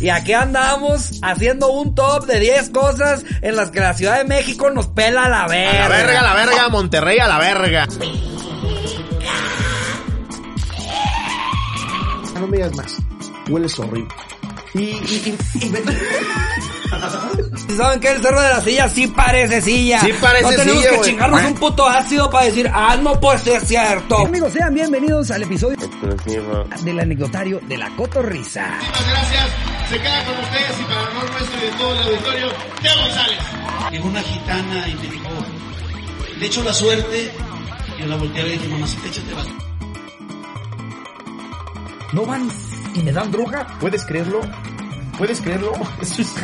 Y aquí andamos haciendo un top de 10 cosas en las que la Ciudad de México nos pela a la verga. A la verga, a la verga, Monterrey a la verga. No me digas más. Hueles horrible. Y, y- y- y me- ¿Y ¿Saben qué? El cerro de la silla sí parece silla. Sí parece No tenemos silla, que güey. chingarnos un puto ácido para decir, ah, no, pues es cierto. Amigos, sean bienvenidos al episodio del anecdotario de la cotorrisa. Muchas gracias. Se queda con ustedes y para honor nuestro y de todo el auditorio, Teo González. Llegó una gitana y me dijo, le echo la suerte. Yo la volteé a ver y dije, mamá, si te echas te vas. No van y me dan droga. ¿Puedes creerlo? ¿Puedes creerlo? Eso es-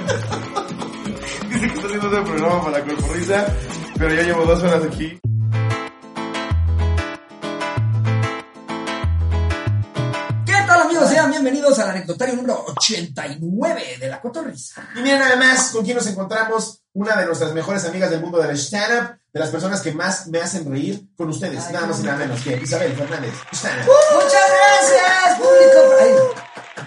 Dice que está haciendo otro programa para la corporrisa, pero ya llevo dos horas aquí. ¿Qué tal amigos? Sean bienvenidos al anecdotario número 89 de la cotorrisa. Y miren, además, con quien nos encontramos, una de nuestras mejores amigas del mundo del stand-up, de las personas que más me hacen reír con ustedes, nada más y nada menos que Isabel Fernández. stand-up. Muchas gracias, público.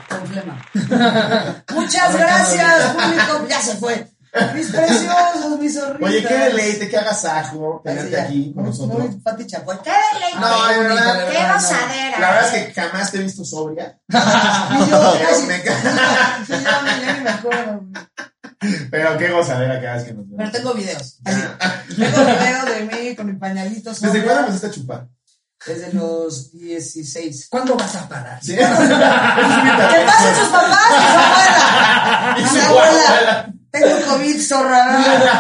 Ay, problema. Muchas gracias, público. Ya se fue. Mis preciosos, mis horribles. Oye, qué deleite, qué agasajo tenerte aquí con nosotros. Muy Pati Chapoy. ¡Qué deleite! No, de verdad, de ¡Qué verdad, no. osadera! La verdad es que jamás te he visto sobria. Y yo Pero casi- me encanta. Sí, yo me leo y me acuerdo. Pero qué gozadera cada vez que nos Pero vemos. tengo videos. Así. Tengo videos de mí con mi pañalito. ¿Desde sobrio. cuándo empezaste a chupar? Desde los 16. ¿Cuándo vas a parar? ¿Sí? Es un invitado. ¿Qué pasa sus papás y su abuela? Y Y su su abuela. Tengo COVID, zorra.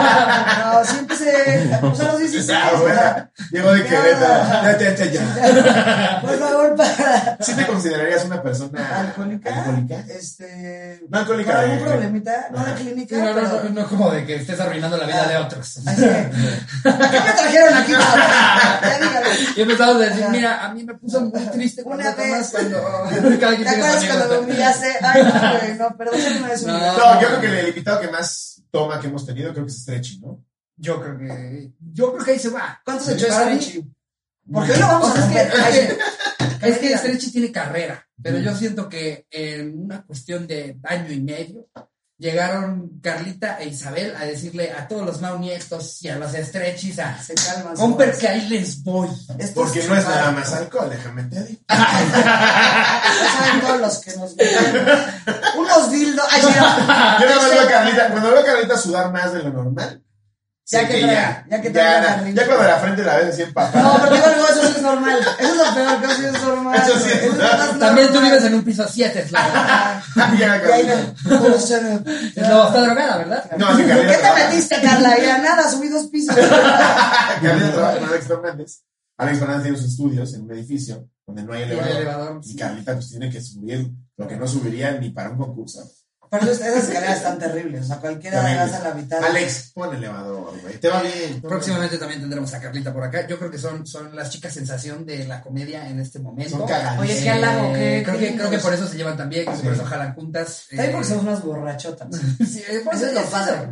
No, sí empecé. Pues a los 16. Esa abuela Ah, Llegó de Querétaro. Ya, ya, ya, ya. Por favor, para. ¿Sí te considerarías una persona ¿Alcohólica? alcohólica? Este. No alcohólica. eh, ¿Con algún de- problemita? No de clínica. pero- como de que estés arruinando la vida de otros. Así que, ¿Qué me trajeron aquí? para- Ya dígalo. Yo empezaba a decir, Ajá. mira, a mí me puso muy triste cuando Una tomas vez cuando... cuando. Cada quien ¿Te tiene su acuerdas cuando me anécdota. humillaste? Ay, no, güey, no, perdón, no me des humillado. No, yo creo que el invitado que más toma que hemos tenido creo que es Stretchy, ¿no? Yo creo que... Yo creo que ahí se va. ¿Cuántos echó Para mí- Stretchy? ¿Por qué lo vamos O a sea, es que- hacer? Es que Stretchy tiene carrera, pero Mm. yo siento que en una cuestión de año y medio llegaron Carlita e Isabel a decirle a todos los maunietos y a los Stretchys a Se calma. Comper que ahí les voy. Esto Porque no es chupar. nada más alcohol, déjame te digo. Ah, Ya saben Ah, todos los que nos ven. Unos dildos. Ay, mira. Yo nada más veo a Carlita, cuando veo a Carlita sudar más de lo normal. Ya sé que trae- ya que trae la ya, Carlita. ya cuando la frente la ves así empapada. No, pero digo algo, eso sí es normal. Eso es lo peor, que eso sí es normal. Eso sí es Eso normal. es También tú normal. vives en un piso 7, Slava. Ah, Ya, y ahí Carlita. no, todo se ve. No, está drogada, ¿verdad? No, sí, ¿Qué Carlita. te metiste, Carla? Ya nada, subí dos pisos. Carlita trabaja con Alex Fernández. Alex Fernández tiene sus estudios en un edificio donde no hay hay elevador. elevador, y sí. Carlita pues tiene que subir lo que no subiría ni para un concurso. Pero esas esas escaleras están terribles. O sea, cualquiera Terrible. las a la mitad. Alex, pon elevador, güey. Te va bien. Próximamente también tendremos a Carlita por acá. Yo creo que son, son las chicas sensación de la comedia en este momento. Son cagadas. Oye, Eh, qué halago, qué. qué creo, que, creo que lindos. por eso se llevan también, creo que por eso jalan juntas. eh, También porque somos unas borrachotas. sí, eh, Eso es lo padre.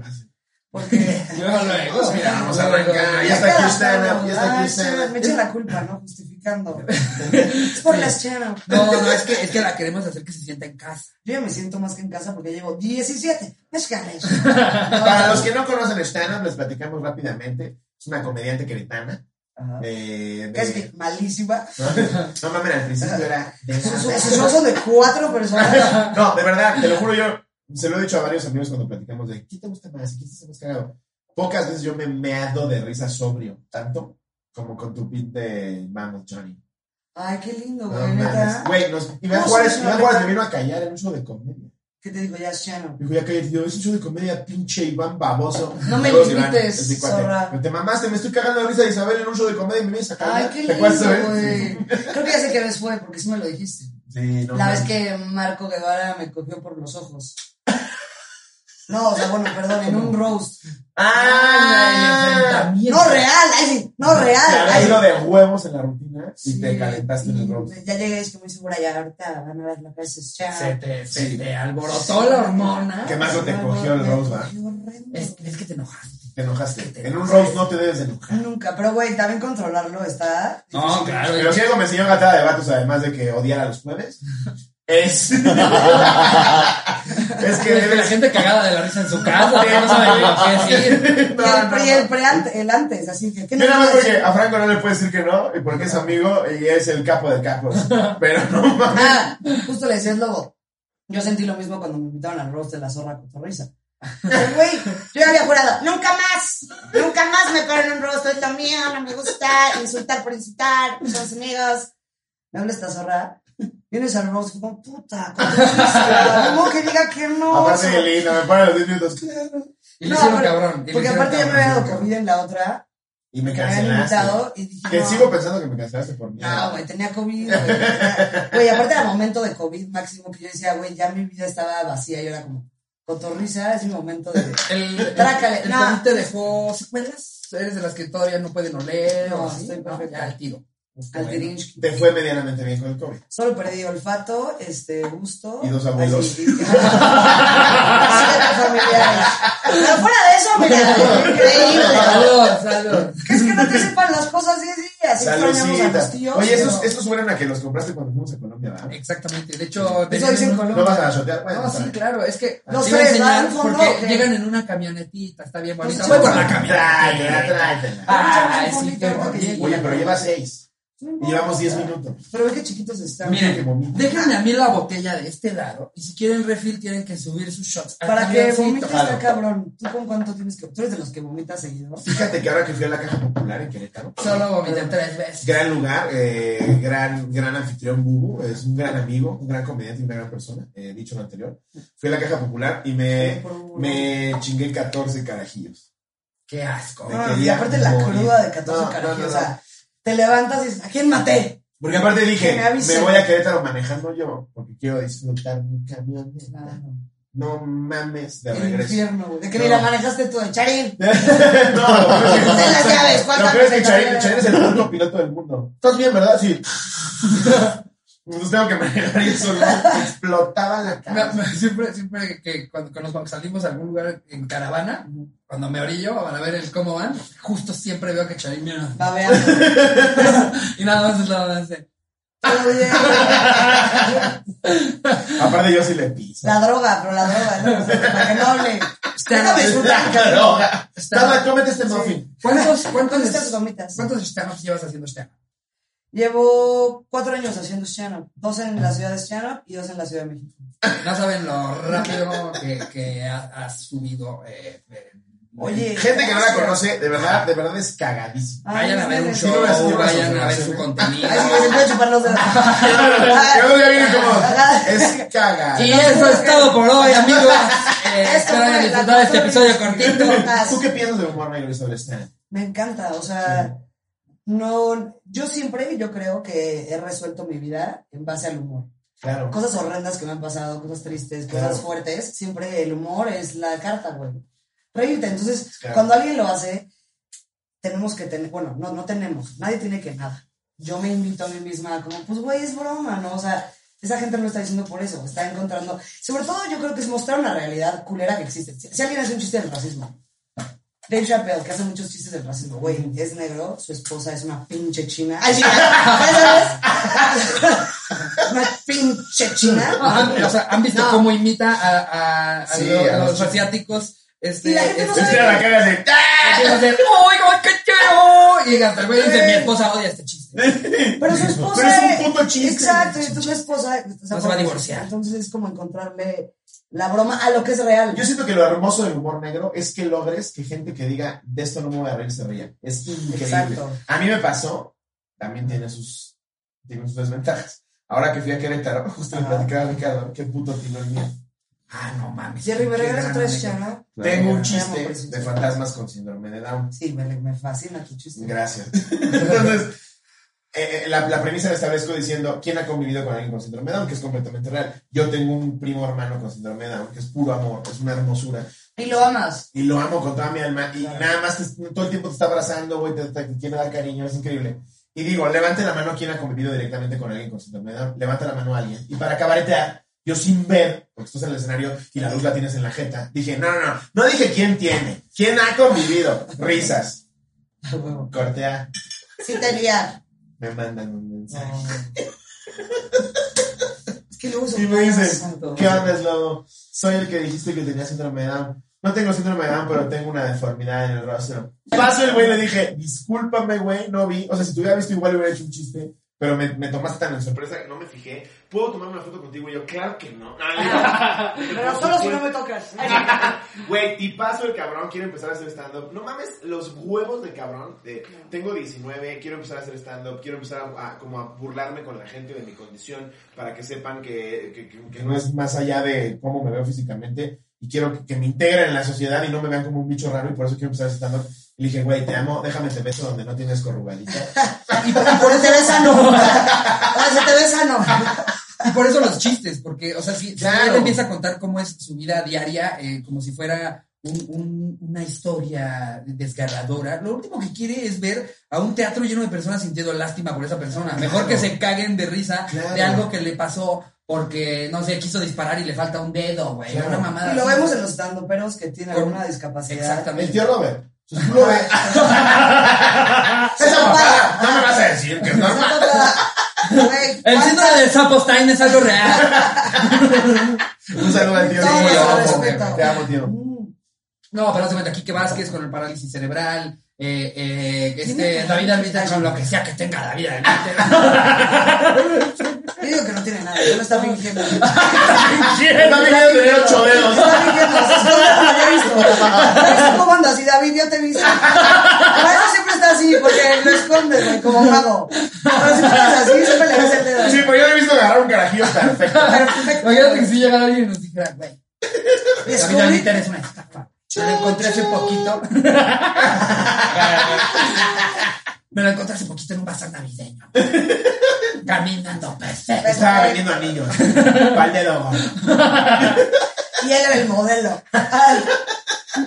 Porque. Luego, luego, mira, Vamos a arrancar. Ya está Acá aquí las Ustana, manos, ya está ay, aquí Shana, Ah, Me Ustana. echa la culpa, ¿no? Justificando. es por las Shana. No, no, es que, es que la queremos hacer que se sienta en casa. Yo ya me siento más que en casa porque llevo 17 mezcales. Para los que no conocen Ustana, les platicamos rápidamente. Es una comediante queretana. Ajá. Eh, de- Que es que malísima. No mames, al principio era de Es un- es un oso de cuatro personas. No, de verdad, te lo juro yo. Se lo he dicho a varios amigos cuando platicamos de ¿qué te gusta más? ¿Qué te más cagado? Pocas veces yo me meado de risa sobrio, tanto como con tu pin de Vamos, Johnny. Ay, qué lindo, No güey. mames. neta. Güey, nos- Iván No, Juárez, sí, sí, Iván la Juárez neta. me vino a callar en un show de comedia. ¿Qué te digo? Ya es Shana. Dijo, ya cállate, yo, es un show de comedia, pinche Iván baboso. No me Todos Iván, limites, es mi cuate. zorra. Pero Te mamaste, me estoy cagando de risa de Isabel en un show de comedia y me vienes a cagar. Ay, qué ¿Te lindo, acuerdas, Isabel? güey. Creo que ya sé qué vez fue porque sí me lo dijiste. Sí, no La mames. vez que Marco Guevara me cogió por los ojos. No, o sea, bueno, perdón, en un roast. Ay, el ¡Ah! Ah, enfrentamiento. No real, ay, sí, no Te real. habías ay, ido de huevos en la rutina y sí, te calentaste en el y roast. Ya llegué, es que muy segura ya, ahorita van a ver las veces ya. Se te, se Sí. te alborotó la hormona. ¿Qué más no te Me cogió el me roast, va? cogió horrendo. Es, es que te enojaste. Te enojaste. En un roast no te debes de enojar. Nunca, pero güey, también controlarlo está. No, claro. Pero si algo me enseñó Gatada de Vatos, además de que odiar a los jueves, es. es que Es que la debes. gente cagada de la risa en su casa, que no sabe qué Y decir. el, pre- y el, pre- ante- el antes, así que. ¿qué Yo nos nada vas más a porque decir? a Franco no le puedes decir que no, y porque es amigo y es el capo del capo. Pero no mames. Ah, justo le decías lobo. Yo sentí lo mismo cuando me invitaron al roast de la zorra cotorriza. Pero, Güey, yo ya había jurado, nunca más, nunca más me paro en un roast, es lo mío, no me gusta, insultar por insultar, somos amigos. Me habla esta zorra, vienes al roast, fue como, puta, cotorriza, ¿cómo que diga que no? Aparte de linda, me para los 10 minutos. Y le hicieron aparte- cabrón. y le Porque hicieron aparte yo me cabrón. había dado comida en la otra, Y me me habían cancelaste. invitado y dije, Que no. Ah, sigo pensando que me cancelaste por mí. No, güey, tenía COVID, güey. tenía- Güey, aparte era momento de COVID máximo que yo decía, güey, ya mi vida estaba vacía. Yo era como, cotorriza, es mi momento de. El, el, Trácale, el no. COVID te dejó secuelas. Eres de las que todavía no pueden oler. No, o así, estoy ¿no? perfecta. Ya, al tiro. Pues, Al Bueno. Drinch. Te fue medianamente bien con el COVID. Solo perdí olfato, este, gusto. Y dos abuelos. Así, siete familiares. Pero fuera de eso, mira, increíble. Salud, salud. ¿Qué es que no te sepan las cosas 10 días? Extrañamos a los Saluditas. tíos. Oye, estos, pero- estos fueron a que los compraste cuando fuimos a Colombia, ¿verdad? Exactamente. De hecho, Eso dicen tenían- Colombia. No vas a shotear, bueno, No, está sí, bien. claro, es que Los te iba a tres, enseñar ¿no? Al fondo, porque ¿o qué? llegan en una camionetita, está bien bonita. Los Voy chicos- por la Tráetela, camioneta. tráetela. pues, Ah, Los sí, chicos- qué bonito. Oye, pero lleva seis. Y llevamos 10 minutos. Pero ve qué chiquitos están. que Miren, vomito. déjenme a mí la botella de este lado y si quieren refil tienen que subir sus shots. Ah, al Para que camioncito. vomites está cabrón. ¿Tú con cuánto tienes que.? ¿Tú eres de los que vomitas seguido? Fíjate que ahora que fui a la caja popular en Querétaro, Solo vomité tres veces. gran lugar, eh, gran, gran anfitrión Bubu, es un gran amigo, un gran comediante y una gran persona, eh, dicho lo anterior. Fui a la caja popular y me, me chingué 14 carajillos. Qué asco. Me Ah, y quería aparte la morir. cruda de 14 No, no, carajillos. no, O no. sea, te levantas y dices, ¿a quién maté? Porque aparte dije, Que me avisen. me voy a Querétaro manejando yo, porque quiero disfrutar mi camioneta. Claro. No mames de El regreso. infierno, güey. ¿De qué No. mira manejaste tú? ¿De Charín? no, lo peor es que- Ten las llaves, Lo ¿cuántas peor es que veces Charín, te- Charín es el único piloto del mundo. ¿Estás bien, verdad? Sí. Entonces tengo que manejar y eso me explotaba la Me- cara. me- siempre siempre que cuando, cuando nos salimos a algún lugar en caravana, cuando me orillo para ver el cómo van, justo siempre veo que Charín mira. Babeando. Y nada más es la más de- Oye, Aparte yo sí le piso. La droga, pero la droga, ¿no? O sea, para que no hable. Está- Déjame disfrutar. La droga. Está- Toma, cómete este muffin. ¿Cuántos, ¿Dónde cuántos, están tus gomitas? cuántos stand-ups llevas haciendo stand Llevo cuatro años haciendo stand Dos en la ciudad de stand y dos en la Ciudad de México. No saben lo rápido que, que ha- has subido. eh, eh, Oye. Gente que no la gracias. conoce, de verdad, de verdad es cagadísimo. Ay, vayan a no ver un mames. show, sí, sí, vayan sí, a ver sí, su sí. contenido. Ay, sí, que se puede chupar los dedos. Ah, Que otro día viene como, es Y cagado. eso es todo por hoy, amigos. Eh, Eso espero fue hayan la disfrutado este episodio cotorriza. cortito. ¿Tú qué piensas de humor negro y sobre stand? Me encanta, o sea, no, yo siempre, yo creo que he resuelto mi vida en base al humor. Claro. Cosas horrendas que me han pasado, cosas tristes, cosas Claro. fuertes, siempre el humor es la carta, güey. Reírte, entonces, Claro. cuando alguien lo hace, tenemos que tener, bueno, no, no tenemos, nadie tiene que nada. Yo me invito a mí misma, como, pues, güey, es broma, ¿no? O sea, esa gente no lo está diciendo por eso, está encontrando, sobre todo yo creo que es mostrar una realidad culera que existe. Si, si alguien hace un chiste del racismo, Dave Chappelle, que hace muchos chistes del racismo, güey, es negro, su esposa es una pinche china. Ay, sí, ¿ya sabes? una pinche china. Ajá, o sea, ¿Han visto No. cómo imita a, a- a Sí, lo- a los, los chicos. asiáticos? Este, Y la gente no este, sabe Este a la cara de, que hace, "Uy, uy, qué chido". Y hasta el güey dice, mi esposa odia este chiste. Pero su esposa. Pero es un puto chiste. Exacto, y entonces la esposa. o sea, No se va a divorciar. Entonces es como encontrarle la broma a lo que es real. Yo siento que lo hermoso del humor negro es que logres que gente que diga de esto no me voy a reír se ría. Es increíble. Exacto. A mí me pasó, también tiene sus, tiene sus desventajas. Ahora que fui a Querétaro, justo le Ajá. platicaba a Ricardo, qué puto tino el mío. Ah, no mames. Jerry, me qué regresas gran otra vez, anécdota. Chano. Tengo un Me chiste amo, pues, de fantasmas con síndrome de Down. Sí, me, me fascina tu chiste. Gracias. Entonces, eh, eh, la, la premisa la establezco diciendo, ¿quién ha convivido con alguien con síndrome de Down? Que es completamente real. Yo tengo un primo hermano con síndrome de Down, que es puro amor, es una hermosura. Y lo amas. Y lo amo con toda mi alma. Y nada más te- todo el tiempo te está abrazando, güey, te, te quiere dar cariño, es increíble. Y digo, levante la mano quien ha convivido directamente con alguien con síndrome de Down. Levanta la mano a alguien. Y para cabaretear, yo sin ver, porque estás en el escenario y la luz la tienes en la jeta, dije, no, no, no, no dije quién tiene, quién ha convivido. Risas. Cortea, Sí tenía. me mandan un Ah, mensaje. Es que luego Y me dicen, santo. ¿qué onda, Slobo? Soy el que dijiste que tenía síndrome de Down. No tengo síndrome de Down, pero tengo una deformidad en el rostro. Paso el güey le dije, discúlpame, güey, no vi. O sea, si te hubiera visto igual hubiera hecho un chiste, pero me, me tomaste tan en sorpresa que no me fijé. ¿Puedo tomar una foto contigo? Y yo, claro que no. Ah, le digo, Pero por solo si no supuesto. me tocas. Güey, y paso el cabrón, quiere empezar a hacer stand-up. No mames, los huevos de cabrón. de, tengo 19, quiero empezar a hacer stand-up, quiero empezar a, a- como a burlarme con la gente de mi condición para que sepan que, que- que- que no es más allá de cómo me veo físicamente y quiero que, que me integren en la sociedad y no me vean como un bicho raro y por eso quiero empezar a hacer stand-up. Y le dije, güey, te amo, déjame ese beso donde no tienes corrugadita. Y por, y por eso te ves sano. Ah, se te ve sano. Y por eso los chistes, porque, o sea, si, si Claro. él empieza a contar cómo es su vida diaria, eh, como si fuera un- un- una historia desgarradora, lo último que quiere es ver a un teatro lleno de personas sintiendo lástima por esa persona. Mejor que se caguen de risa de Claro. algo que le pasó porque, no sé, quiso disparar y le falta un dedo, güey. Claro. Una mamada. Y lo así. vemos en los tandoperos que tienen Con- alguna discapacidad. El Exactamente. tío Robert. Sus culo de- Esa mamada, no me vas a decir que es normal. Güey, El síndrome ¿cuántas- de Zapostein es algo real. Un saludo al tío Todo Robert. lo Te amo, respeto. Te amo, tío. Mm, No, pero se cuenta Quique Vázquez con el parálisis cerebral. Eh, eh, este, Tiene- David Almita con lo que sea que tenga David Almita. Yo digo que no tiene nada, yo no está fingiendo. Está viniendo tener ocho dedos. Está fingiendo, eso no lo había visto. ¿Sabes cómo andas? Y David ya te viste. Por eso siempre está así, porque lo esconde, güey, como mago. Pero siempre es así, siempre le ves el dedo. Sí, pues yo le he visto agarrar un carajillo perfecto. pues, Perfecto. Imagínate que si llegara alguien y nos dijera, güey, David Descubrí- Almita es una estafa. Me lo encontré hace poquito. Me lo encontré hace poquito en un bazar navideño. Caminando perfecto. Estaba vendiendo anillos. Paldero. Y él era el modelo. Ay,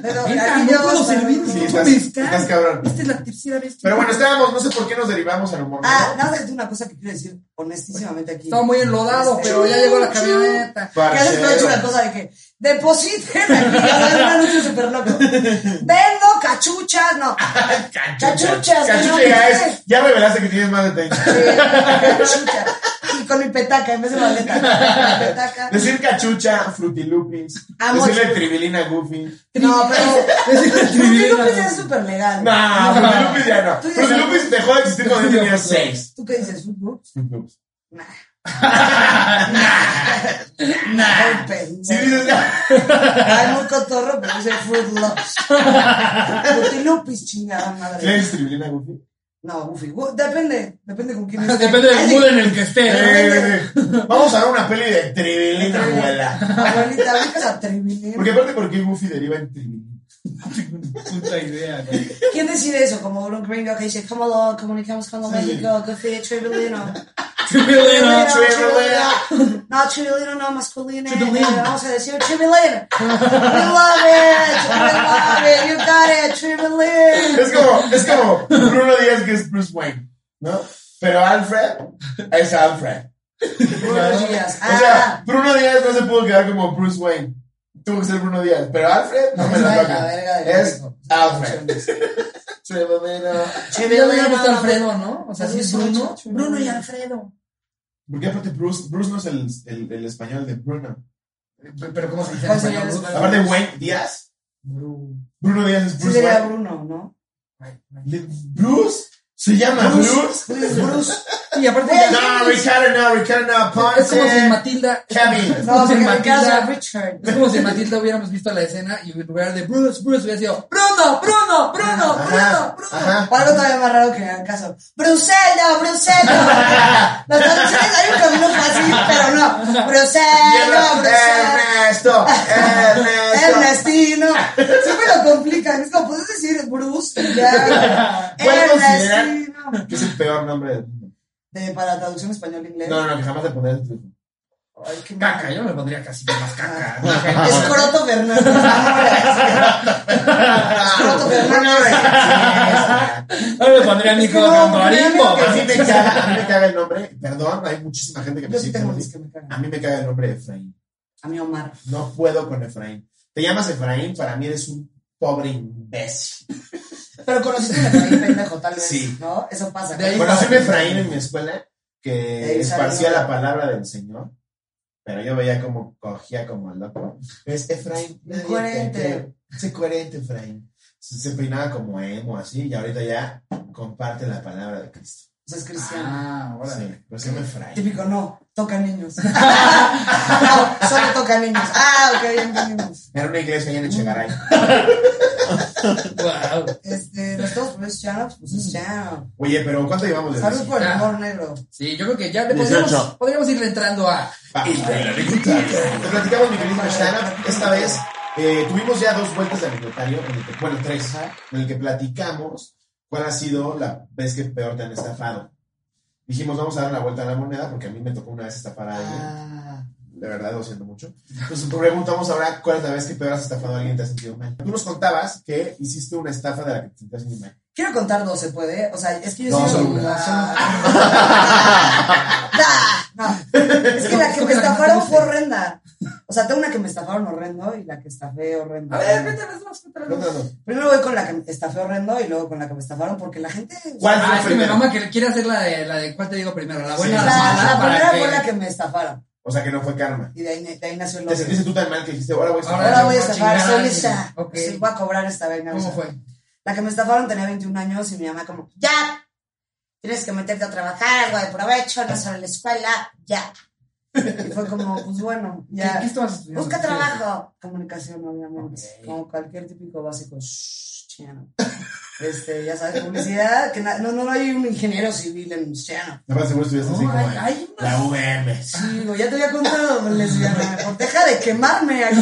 Pero Mira, aquí no yo- puedo servir. Sí, No estás, me estás cabrón. Esta es la tercera vez que. Pero bueno, estábamos, no sé por qué nos derivamos al humor. Ah, negro. nada más que tengo una cosa que quiero decir honestísimamente aquí. Estaba muy enlodado, Este, pero ya llegó la camioneta. Que haces Parcero. no he hecho una cosa de que depositen aquí, o sea, es un anuncio súper loco. Vendo cachuchas, no. Cachuchas, que no Cachucha ya me es. Ya revelaste que tienes más de 30. Cachucha. Y con mi petaca, en vez de maleta, con mi petaca. Decir cachucha, frutilupis. Amo- Decirle trivilina goofy. No, pero. trivia, Tú no no. piensas súper legal. No, Ah, frutilupis ya no. Tú dices- Frutilupis dejó de existir cuando yo tenía 6. ¿Tú qué dices? ¿Fútbol? Nah. Ay, pendejo. Si dices, Ay, muy Ah, cotorro, pero dice Fruit Loops. Fruit Loops, chingada ¿le madre. dices trivilina goofy? No, Goofy. Gu- Depende, depende con quién estés. Depende del Ay, mood en el que esté. Eh, Vamos a ver una peli de trivilina, abuela. Abuelita, ubicas a Trivilín. Porque aparte, ¿por qué Goofy deriva en trivilina? Puta idea, güey. ¿Quién decide eso? Como un gringo que dice, come along, comunicamos con México, Goofy, Trivilino. Trivilino. Trivilino. No, Trivilino, no, masculino. Trivilino. Eh, Vamos a decir Trivilino. We love it, we love it, you got it, Trivilino. Es como, es como Bruno Díaz que es Bruce Wayne, ¿no? Pero Alfred es Alfred. Buenos días. O sea, Ah, Bruno Díaz no se pudo quedar como Bruce Wayne. Tuvo que ser Bruno Díaz. Pero Alfred no me lo pues, la toca. verga pues, de Es México. Alfred. Tremendo. Ya me Trivilino. hubiera gustado Alfredo, ¿no? O sea, Pues si es Bruno. Trivilino. Bruno y Alfredo. Porque aparte Bruce, Bruce no es el, el, el español de Bruno. Pero ¿cómo se dice? ¿Cuál sería el Bruno? español? Aparte Wayne Díaz. Bru- Bruno Díaz es Sí Bruce sería Wayne. Bruno, ¿no? Le- ¿Bruce? ¿Se llama Bruce? Bruce. Y aparte, ya- No, Ricardo no, Ricardo no, es como si Ponce. Matilda. Kevin. No, porque Sí, mi casa Matilda. Richard. Es como si Matilda hubiéramos visto la escena y en lugar de Bruce, Bruce hubiera sido Bruno, Bruno, Bruno, Bruno, Ajá, Bruno. ajá. O algo todavía más raro que me hagan caso. ¡Bruselda! ¡Bruselda! Las traducciones hay un camino fácil, pero no. ¡Bruselda! ¡Bruselda! Ernesto, Ernesto. Ernestino. Siempre lo complican. Es como, ¿puedes decir Bruce? Y Ya. ¿Puedes considerar- Ernestino. ¿Qué es el peor nombre del mundo? De, para traducción español-inglés. No, no, que jamás le pondrás a tu hijo. Ay, qué mal. Caca, yo le pondría casi más caca. Escroto Bernardo. Ah, Escroto Bernardo. Yo le pondría Nico No, Gamborimbo. A primero mí me caga, a mí me caga el nombre. Perdón, hay muchísima gente que me Yo sí sigue. tengo unos que me cagan. A mí me caga el nombre Efraín. A mi Omar. No puedo con Efraín. Te llamas Efraín, para mí eres un pobre imbécil. Pero conociste a un pendejo, tal vez. Sí. ¿No? Eso pasa. De ahí Conocí un Efraín en mi escuela Ahí que esparcía salió. la palabra del Señor, pero yo veía cómo cogía como al loco. Es Efraín. nadie te Incoherente. cree. Sé coherente, Efraín. Se, se peinaba como emo, así, y ahorita ya comparte la palabra de Cristo. O sea, es cristiano. Ah, órale. Sí, pero se llama Efraín. Típico, no. Toca niños. no, solo toca niños. Ah, ok, ya entendimos. Era una iglesia allá en Echegaray. Wow. Este, los dos, pues, chao, pues, Mm. es chao. Oye, pero ¿cuánto llevamos de Salud por el Ah. amor negro. Sí, yo creo que ya le podríamos, 18. podríamos irle entrando a. Va. Te platicamos, mi querido Shana. Esta vez eh, tuvimos ya dos vueltas de anecdotario, en el que- bueno, tres, en el que platicamos cuál ha sido la vez que peor te han estafado. Dijimos, vamos a dar la vuelta a la moneda, porque a mí me tocó una vez estafar a alguien. Ah, De verdad, lo siento mucho. Entonces preguntamos ahora cuál es la vez que peor has estafado a alguien y te has sentido mal. Tú nos contabas que hiciste una estafa de la que te sentías muy mal. Quiero contar dos, ¿se puede? O sea, es que yo No, soy solo una- una. Ah. No, es que la que me estafaron fue horrenda. O sea, tengo una que me estafaron horrendo y la que estafé horrendo. A ver, cuéntanos más, cuéntanos más. Cuéntanos. Primero voy con la que me estafé horrendo y luego con la que me estafaron porque la gente... ¿Cuál fue Ah, es que mi primero? mamá que quiere hacer la de, la de, ¿cuál te digo primero? La buena o La, la mala. la para primera que- fue la que me estafaron O sea, que no fue karma. y de ahí, de ahí nació el Te odio. sentiste tú tan mal que dijiste, ahora voy a estafar. Ahora Ahora voy a voy a estafar, chingar a soy alguien. lista. Ok. Sí, voy a cobrar esta venganza. ¿Cómo fue? La que me estafaron tenía 21 años y mi mamá como, ya, tienes que meterte a trabajar, algo de provecho, no solo en la escuela, ya. Y fue como, pues bueno, ¿Qué, ya. qué estabas estudiando? Busca ¿Qué? trabajo. Comunicación, obviamente. Ok. Como cualquier típico básico. Shh, Chano. Este, ya sabes, publicidad. Que na- no, no, no hay un ingeniero civil en Chano. Además, seguro estuviste así No, como. hay, hay una- La VM. Sí, güey, ya te había contado, pues, lesbiana. Por deja de quemarme aquí.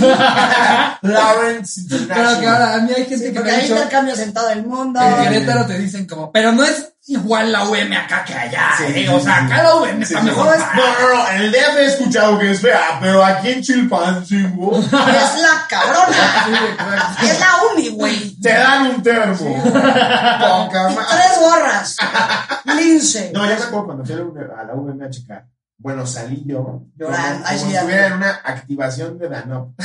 Lawrence Claro que ahora a mí hay gente Sí, que porque me ha hay dicho intercambios en todo el mundo. que en Querétaro te dicen como, pero no es igual la UM acá que allá. Sí, ¿eh? sí, O sea, sí. acá la UM está sí. mejor. No es- No, no, no, en el DF he escuchado que es fea, pero aquí en Chilpancingo Es la cabrona. Sí, exacto. Es la uni, güey. te dan un termo. Poca Y ma- tres gorras. Lince. No, ya me acuerdo cuando fui a la UV a la VM a checar. Bueno, salí yo. Llorando. Como, como Ay, sí, si ya. estuviera en una activación de Danop.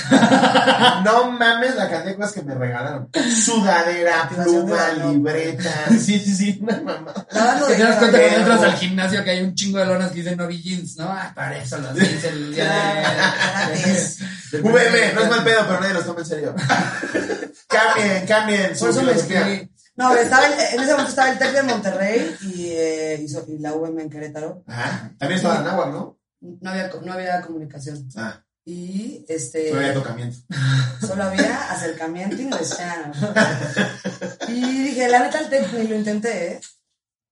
no mames la cantidad de cosas que me regalaron. Sudadera, Activación de pluma, Danop. libreta. Sí, sí, sí, una mamá. Lavando Que de te das cara. cuenta cuando entras Pero- al gimnasio que hay un chingo de lonas que dicen no vi jeans, ¿no? Ah, para eso las jeans el día Claro, gratis. de... VM, no es mal pedo, pero nadie los toma en serio. cambien, cambien. su Por eso me filosofía. escribí. No, estaba el- en ese momento estaba el TEC de Monterrey y, eh, hizo- y la UVM en Querétaro. Ajá. También estaba en agua, ¿no? No había, co- no había comunicación. Ah, Y este, todavía tocamiento. solo había acercamiento inglesano. Y dije, la neta, el TEC ni lo intenté, ¿eh?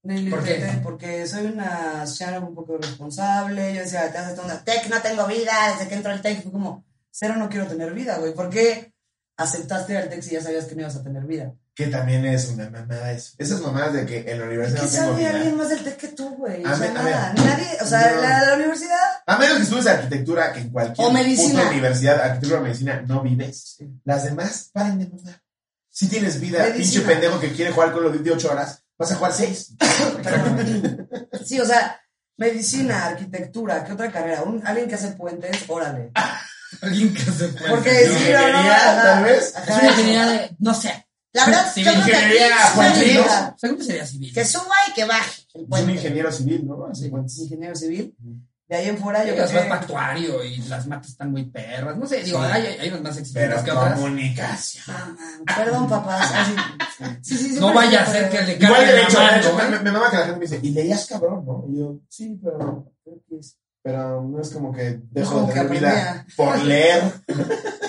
Ni lo ¿Por qué? intenté, porque soy una chana un poco responsable. Yo decía, te haces onda, TEC, no tengo vida, desde que entró el TEC. Fue como, cero, no quiero tener vida, güey. ¿Por qué aceptaste ir al TEC si ya sabías que no ibas a tener vida? Que también es una mamada eso. Esas mamadas de que en la universidad ¿Qué no tengo sabe alguien vida. más del TEC que tú, güey? A O sea, ver, a nada. ver. Nadie, o sea, No. la de la universidad. A menos que estudies arquitectura, que en cualquier O medicina. puta universidad, arquitectura o medicina, no vives. Las demás, paren de mamar. Si tienes vida, Medicina. pinche pendejo que quiere jugar con los de 8 horas, vas a jugar 6. Sí, o sea, medicina, arquitectura, ¿qué otra carrera? Un- alguien que hace puentes, órale. Alguien que se puede. Porque es sí, no, no, Ingeniería, ajá, tal vez. ajá. una ingeniería de, no sé. La verdad, Sí, yo creo que aquí ingeniería, sí hay puentes, vida. ¿Según sería civil? Que suba y que baje el Un puente. ingeniero civil, ¿no? Así, Es ingeniero civil. De ahí en fuera, yo creo Las vas que... para actuario y las matas están muy perras. No sé, digo, Sí. hay, hay unas más exigentes Pero que otras. comunicación. Mamá, Ah, Perdón, papá. Ah, Sí, sí, sí, No pero- vaya a ser que le Igual carguen derecho, la derecho. mano, Me, ¿eh? me- me mama que la gente me dice, y leías cabrón, ¿no? Y yo, sí, pero. Pero no es como que dejo como de que tener vida aprendía. por leer.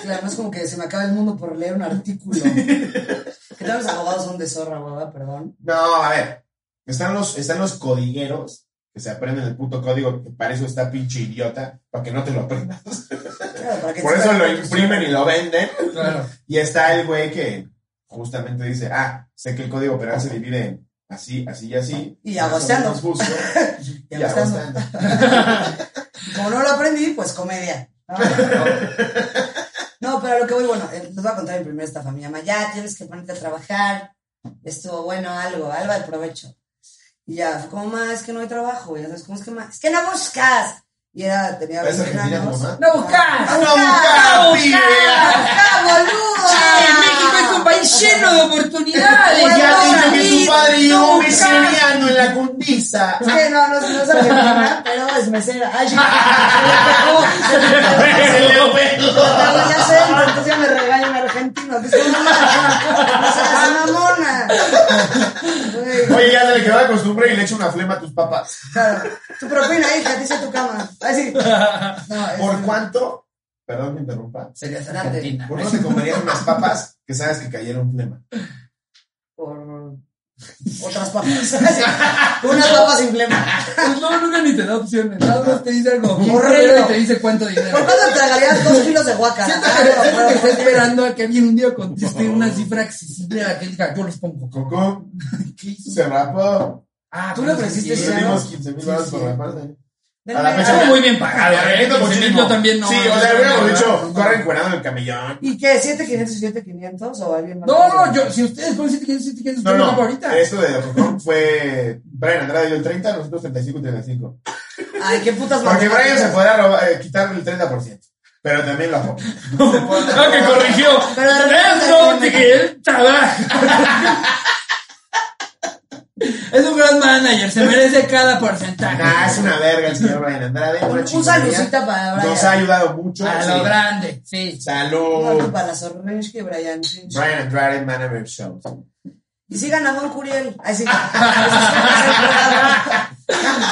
Claro, no es como que se me acaba el mundo por leer un artículo. Que todos los abogados son de zorra, guava, perdón. No, a ver. Están los, están los codigueros que se aprenden el puto código que para eso está pinche idiota, para que no te lo aprendas. Claro, para que Por te- eso lo imprimen y lo venden. ¿eh? Claro. Y está el güey que justamente dice, ah, sé que el código penal se divide en así, así y así. Y Más o aguasteando. menos justo. Y Y aguasteando. aguasteando. Como no lo aprendí, pues comedia. No, No, pero a lo que voy, bueno, eh, les voy a contar mi primera estafa. Mi mamá, ya tienes que ponerte a trabajar. Estuvo bueno, algo, algo de provecho. Y ya, fue como, ma, es que no hay trabajo. Y ya sabes, ¿cómo es que, ma? Es que no buscas. Y era, tenía ¿Es 20 argentina tu años. mamá? ¡No buscas! ¡No ¡No buscas! buscas, pibe! ¡Ah, boluda! Che, México es un país lleno de oportunidades. Bueno, no Ya dijo no, que sí, tu padre y no yo buscas. mesoneando en la cundiza. Es que no, no, no es argentina, pero es mesera. Ay, ya. Se me pegó, se me pegó. Se le pegó. Pero ya sé, entonces ya me regañan argentinos. Dice, mamona, no seas mamona. Güey, Oye, ya se le quedó la costumbre y le echa una flema a tus papás. claro. Tu propina, hija, te hice tu cama. Así. No, es- ¿Por cuánto? Perdón que interrumpa. Serías argentina. ¿Por cuánto te comerías unas papas que sabes que cayeron flema? Por otras papas. Así. Unas papas sin flema. Pues no, nunca ni te da opciones. Nada más te dice algo. bien Horrible. culero Y te dice cuánto dinero. ¿Por cuánto tragarías dos kilos de guaca? Ah, Siento que, siento que está esperando a que alguien un día conteste una cifra accesible a la que diga, yo les pongo. Coco se rapó. Ah, Tú le pero ofreciste sí, Le ese sí. dimos 15 mil dólares por raparse. A la Estuvo fecha. muy bien pagado, ¿eh? Por Porque sí mismo. yo también no. Sí, o sea, hubiéramos dicho, corre encuerado en el camellón. ¿Y qué? ¿7500 y 7500 o alguien más? No, no, yo, si ustedes ponen 7 que No, yo no no, ahorita. esto de Cocón fue Brian Andrade dio el 30, nosotros 35 y 35. Ay, qué putas Porque Brian matemáticas. se podrá robar, eh, quitar el 30%, pero también lo apoya. Ah, que corrigió. Pero de repente Eso, se pone. que él trabaja. Es un gran manager, se merece cada porcentaje. Nah, Ah, es una verga el señor Brian Andrade. una Un- un chingonería. saludcita para Brian. Nos ha ayudado mucho. A sí. lo grande, sí. No, no, Salud. para las orange que Brian. sí. Brian Andrade, Manager Show. Y sigan a Gon Curiel. Ay, sí.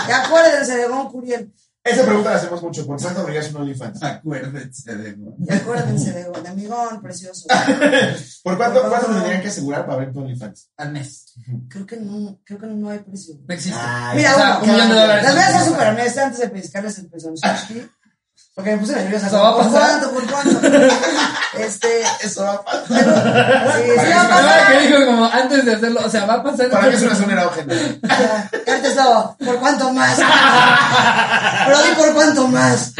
Y acuérdense de Gon Curiel. Esa pregunta la hacemos mucho. ¿Por cuánto abrirías un OnlyFans? Acuérdense de mí. Y acuérdense de, de mi Gon, precioso. ¿Por cuánto, Por cuánto favor. tendrían que asegurar para abrir tu OnlyFans? Al mes. Creo que no, creo que no hay precio. No existe. Ay, Mira, o bueno, sea, Ah, un millón de dólares. Ah. Les voy a ser súper honesta antes de pescarles el pezoncito. Porque me puse nerviosa. Eso va a ¿Por pasar. cuánto? ¿Por cuánto? Este. Ah, Eso va a pasar. pero- sí, sí, va a Ah, pasar. que dijo como antes de hacerlo, o sea, va a pasar. Para mí es una zona erógena. Ya, ya Antes estaba, ¿por cuánto más? Pero di por cuánto más.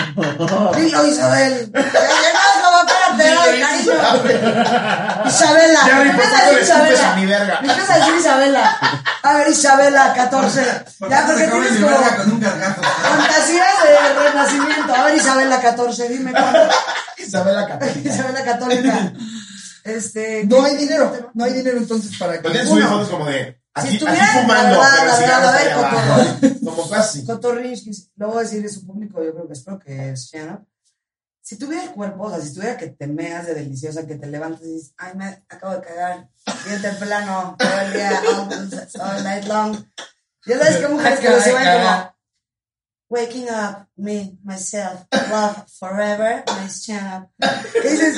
Dilo, Isabel. Ya, ya, No, no, espérate, ay, cariño. Isabela. Ya, ¿Qué ni por cuánto le piensas escupes Isabela? a mi verga. ¿Me piensas decir Isabela? A ver, Isabela, 14. Ya, porque pues, tienes como con un gargajo. fantasías de renacimiento. A ver, Isabela, 14, dime cuánto. Isabela Católica. Isabela Católica. Este. No hay dinero, no hay dinero entonces para Lo que. tienes subido fotos como de aquí, Si aquí tuviera, la fumando, verdad, pero la el cigarro verdad, está allá la abajo. Como casi. Cotorrinskis, lo voy a decir a su público, yo creo que espero que es ¿no? Si tuviera el cuerpo, o sea, si tuviera que te meas de deliciosa, que te levantes y dices, ay, me acabo de cagar, diente plano, todo el día, all, all night long. Ya sabes que mujeres que Acaba lo de suben cagar. como, waking up, me, myself, love, forever, my channel. Que dices,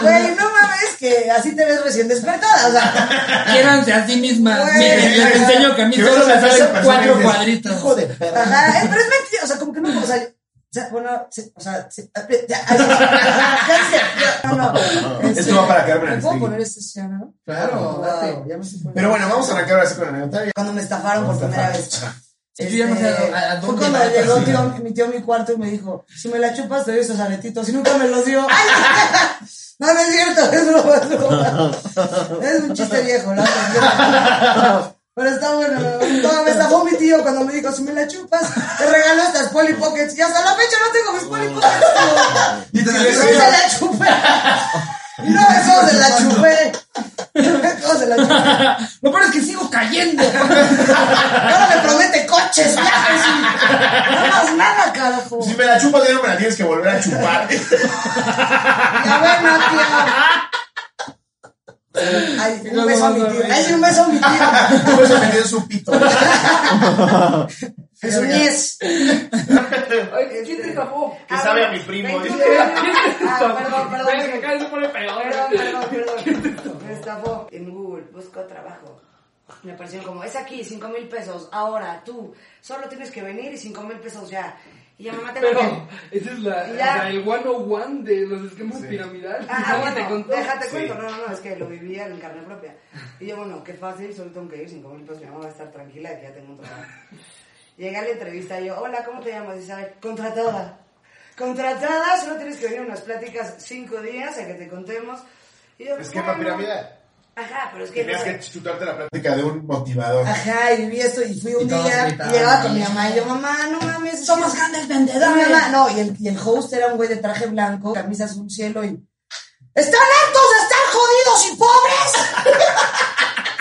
güey, no mames, que así te ves recién despertada, o sea, Quiéranse a sí mismas. Güey. Miren, les enseño que a mí Que ves solo a me esa salen persona y cuatro dices, Hijo cuadritos. de perra. Ajá, eh, pero es mentira, o sea, como que no, o sea, o sea, bueno, sí, o sea, sí, eh, ya, ay, ya, ya, no, no. Esto va para Carmen ¿Me puedo Aristegui. poner este ciano? Claro, date. ya me estoy poniendo- Pero bueno, vamos a arrancar ahora sí con el anecdotario. Cuando me estafaron por primera vez. Sí, yo ya no sé Este, a- a dónde Fue cuando va, llegó sí. tío- mi tío a mi cuarto y me dijo, si me la chupas te doy esos aretitos. Y nunca me los dio. ¡Ay! No, no es cierto, es broma, es broma. Es un chiste viejo, la verdad. Pero está bueno. No, me estafó mi tío cuando me dijo, si me la chupas, te regalo estas Polly Pockets. Y hasta la fecha no tengo mis Polly Pockets. Y te tío. Y no se la chupé. Y no me cómo se la chupé. No me cómo se la chupé. Lo peor es que sigo cayendo. Ahora me promete coches, viajes y no más nada, carajo. Si me la chupas, ya no me la tienes que volver a chupar. Ya bueno, tío. Ay, un beso a mi tío. Ay, sí, un beso a mi tío. Por eso me dio su pito. Es un yes. ¿Quién te tapó? Que sabe a mi primo. ¿eh? Ah, perdón, Ven, perdón. acá se pone peor. Perdón, perdón, perdón. Me estafó en Google, busco trabajo. Me apareció como, es aquí, cinco mil pesos. Ahora, tú, solo tienes que venir y cinco mil pesos ya. Y ya mamá te Pero esa es la, Ya. o sea, el 101 de los esquemas piramidales. Ah, Nadie te bueno, contó. déjate cuento. No, no, no, es que lo vivía en carne propia. Y yo, bueno, qué fácil, solo tengo que ir cinco mil pesos. Mi mamá va a estar tranquila de que ya tengo un trabajo. Llegué a la entrevista y yo, hola, ¿cómo te llamas? Isabel, contratada. Contratada, solo tienes que venir a unas pláticas cinco días a que te contemos. Y yo, Es que "Bueno". para piramidal. Ajá, pero es que... Tenías no sé. que chutarte la plática de un motivador. Ajá, y vi esto y fui un Y todos día, gritaban, llegaba con mi ¿no? mamá y yo, mamá, no mames. Somos grandes vendedores. vendedores. no, y el, y el host era un güey de traje blanco, camisa azul cielo y... ¡Están hartos de estar jodidos y pobres!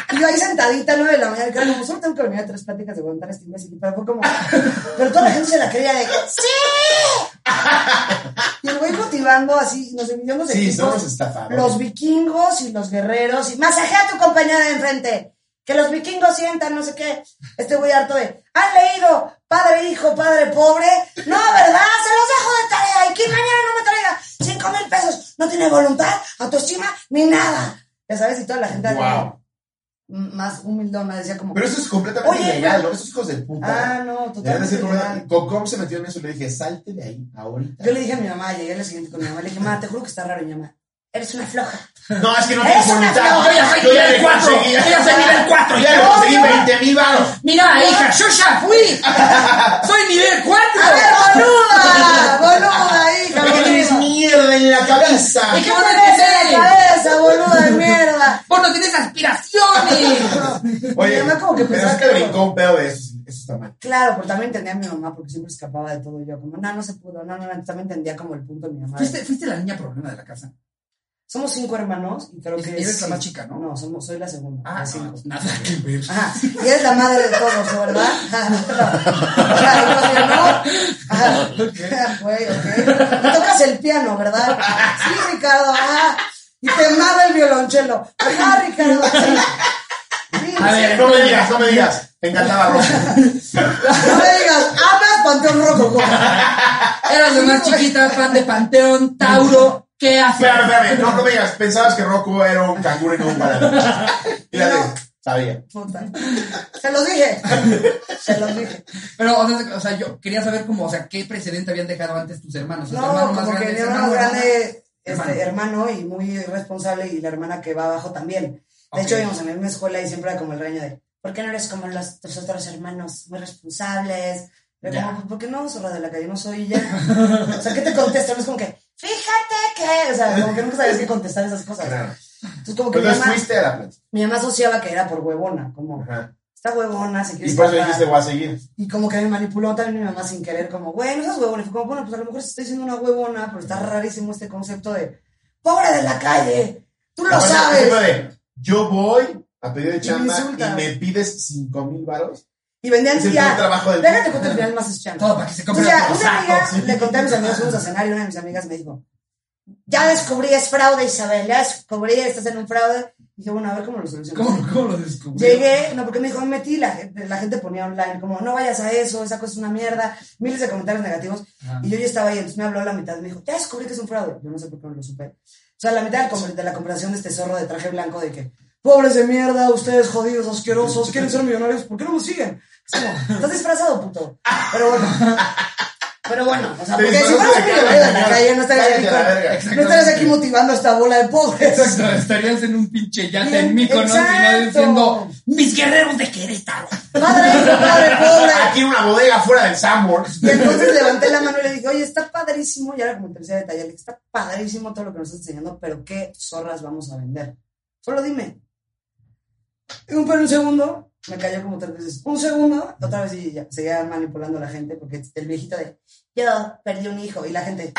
y yo ahí sentadita a 9 de la mañana, claro, como solo tengo que venir a tres pláticas de aguantar este imbécil, pero fue como... Pero toda la gente se la creía de... ¡Sí! y el güey motivando así, nos dividió los Sí, equipos, somos estafadores. Los vikingos y los guerreros y masajea a tu compañera de enfrente. Que los vikingos sientan, no sé qué. Este güey harto de. ¿Han leído Padre Hijo, Padre Pobre? No, ¿verdad? Se los dejo de tarea. Y que mañana no me traiga cinco mil pesos. No tiene voluntad, autoestima, ni nada. Ya sabes, y toda la gente Wow. m- más humildona decía como. Pero eso es completamente Oye, ilegal, ¿no? Esos hijos de puta. Ah, no, Deberían de ser totalmente. como- legal. ¿Con cómo se metió en eso? Le dije, salte de ahí, ahorita. Yo le dije a mi mamá, llegué al siguiente con mi mamá, le dije, mamá, te juro que está raro, mi mamá. Eres una floja. No, es que no ¡Eres tienes una voluntad. floja! Yo ya le conseguí. Yo ya soy nivel 4. Ya le conseguí 20 mil baros. Mira, hija, yo ya fui. Soy nivel 4. ¡A ver, boluda! ¡Boluda, hija! ¿Por qué tienes boluda! mierda en la cabeza? ¿De qué ¡Tú vas a tenés en la crecer? cabeza, boluda de mierda! Vos no tenés aspiraciones. Oye, mi mamá como que pero pensaba es que que- brincó un pedo de eso. Eso está mal. Claro, pero también entendía a mi mamá porque siempre escapaba de todo. Yo, como, no, no se pudo, no, no, no. También entendía como el punto de mi mamá. de- ¿Fuiste, fuiste la niña problema de la casa. Somos cinco hermanos y creo Y- que. y eres sí. la más chica, ¿no? No, somos, soy la segunda. Ah, de sí, cinco. pues nada que ver. Ajá. Y eres la madre de todos, ¿no? ¿verdad? Ajá. No. Ajá. Güey, ok. Tocas el piano, ¿verdad? Sí, Ricardo. Ajá. Y te mama el violonchelo. Ajá, Ricardo. Sí. Sí, A ver, no me digas, no me digas. Te encantaba Rosa. No me digas, amas Panteón Rococo. Eras la más chiquita, fan de Panteón, Tauro. ¿Qué haces? Espérame, espérame. No, no me digas. Pensabas que Rocco era un canguro y no un guarana. Y la No. de- Sabía. Puta. Se los dije. Se los dije. Pero, o sea, o sea, yo quería saber como, o sea, qué precedente habían dejado antes tus hermanos. O sea, tu No, hermano más como que grande, mi tu hermano hermano grande, hermano. este, hermano y muy responsable y la hermana que va abajo también. De Ok. hecho, íbamos en la misma escuela y siempre era como el reño de, ¿por qué no eres como los, tus otros hermanos muy responsables? Era Ya. como, "Pues, ¿por qué no, zorra de la calle? No soy ya. o sea, ¿qué te contestan? Es como que, fíjate que, o sea, como que nunca sabías qué contestar esas cosas. Claro. Entonces, como que mi Entonces mamá, fuiste a la plática. mi mamá asociaba que era por huevona, como, Ajá. está huevona, se quiere Y por eso escapar". dijiste, voy a seguir. Y como que me manipuló también mi mamá sin querer, como, güey, no seas huevona. Y fue como, bueno, pues a lo mejor estoy siendo una huevona, pero está rarísimo este concepto de pobre de la calle, tú lo Aparte, tipo sabes. de, Yo voy a pedir de me chamba y insultas. me pides 5 mil baros. Y vendían Ese fue un ya. trabajo del- Déjate con el final más es Todo chamba. para que se compre Entonces ya, otro una saco. amiga le conté a mis amigos, fuimos a cenar y una de mis amigas me dijo, ya descubrí, es fraude, Isabel, ya descubrí, estás en un fraude. Y dije, bueno, a ver cómo lo solucionamos. ¿Cómo, cómo lo descubrió? Llegué, no, porque me dijo, me metí, la gente, la gente ponía online, como, no vayas a eso, esa cosa es una mierda, miles de comentarios negativos, y yo ya estaba ahí, entonces me habló la mitad, me dijo, ya descubrí que es un fraude, yo no sé por qué no lo supe. O sea, la mitad del com- de la conversación de este zorro de traje blanco de que, pobres de mierda, ustedes jodidos, asquerosos, quieren ser millonarios, ¿por qué no me siguen? Es como, estás disfrazado, puto. Pero bueno. Pero bueno, o sea, Te porque si disfrazas fueras un de cara, millonario de la señor. calle, no estarías aquí, Cállate a la verga. con- no estarías aquí motivando a esta bola de pobres. Exacto, estarías en un pinche yate Bien, en Mykonos y nadie exacto. diciendo mis guerreros de Querétaro. Madre, hijo, padre, pobre. Aquí en una bodega fuera del Sanborns. Y entonces levanté la mano y le dije, oye, está padrísimo, y ahora como tercer detalle, le dije, está padrísimo todo lo que nos estás enseñando, pero ¿qué zorras vamos a vender? Solo dime. Y un, pero un segundo, me cayó como tres veces. Un segundo, otra vez y ya, seguía manipulando a la gente, porque el viejito de, yo perdí un hijo, y la gente...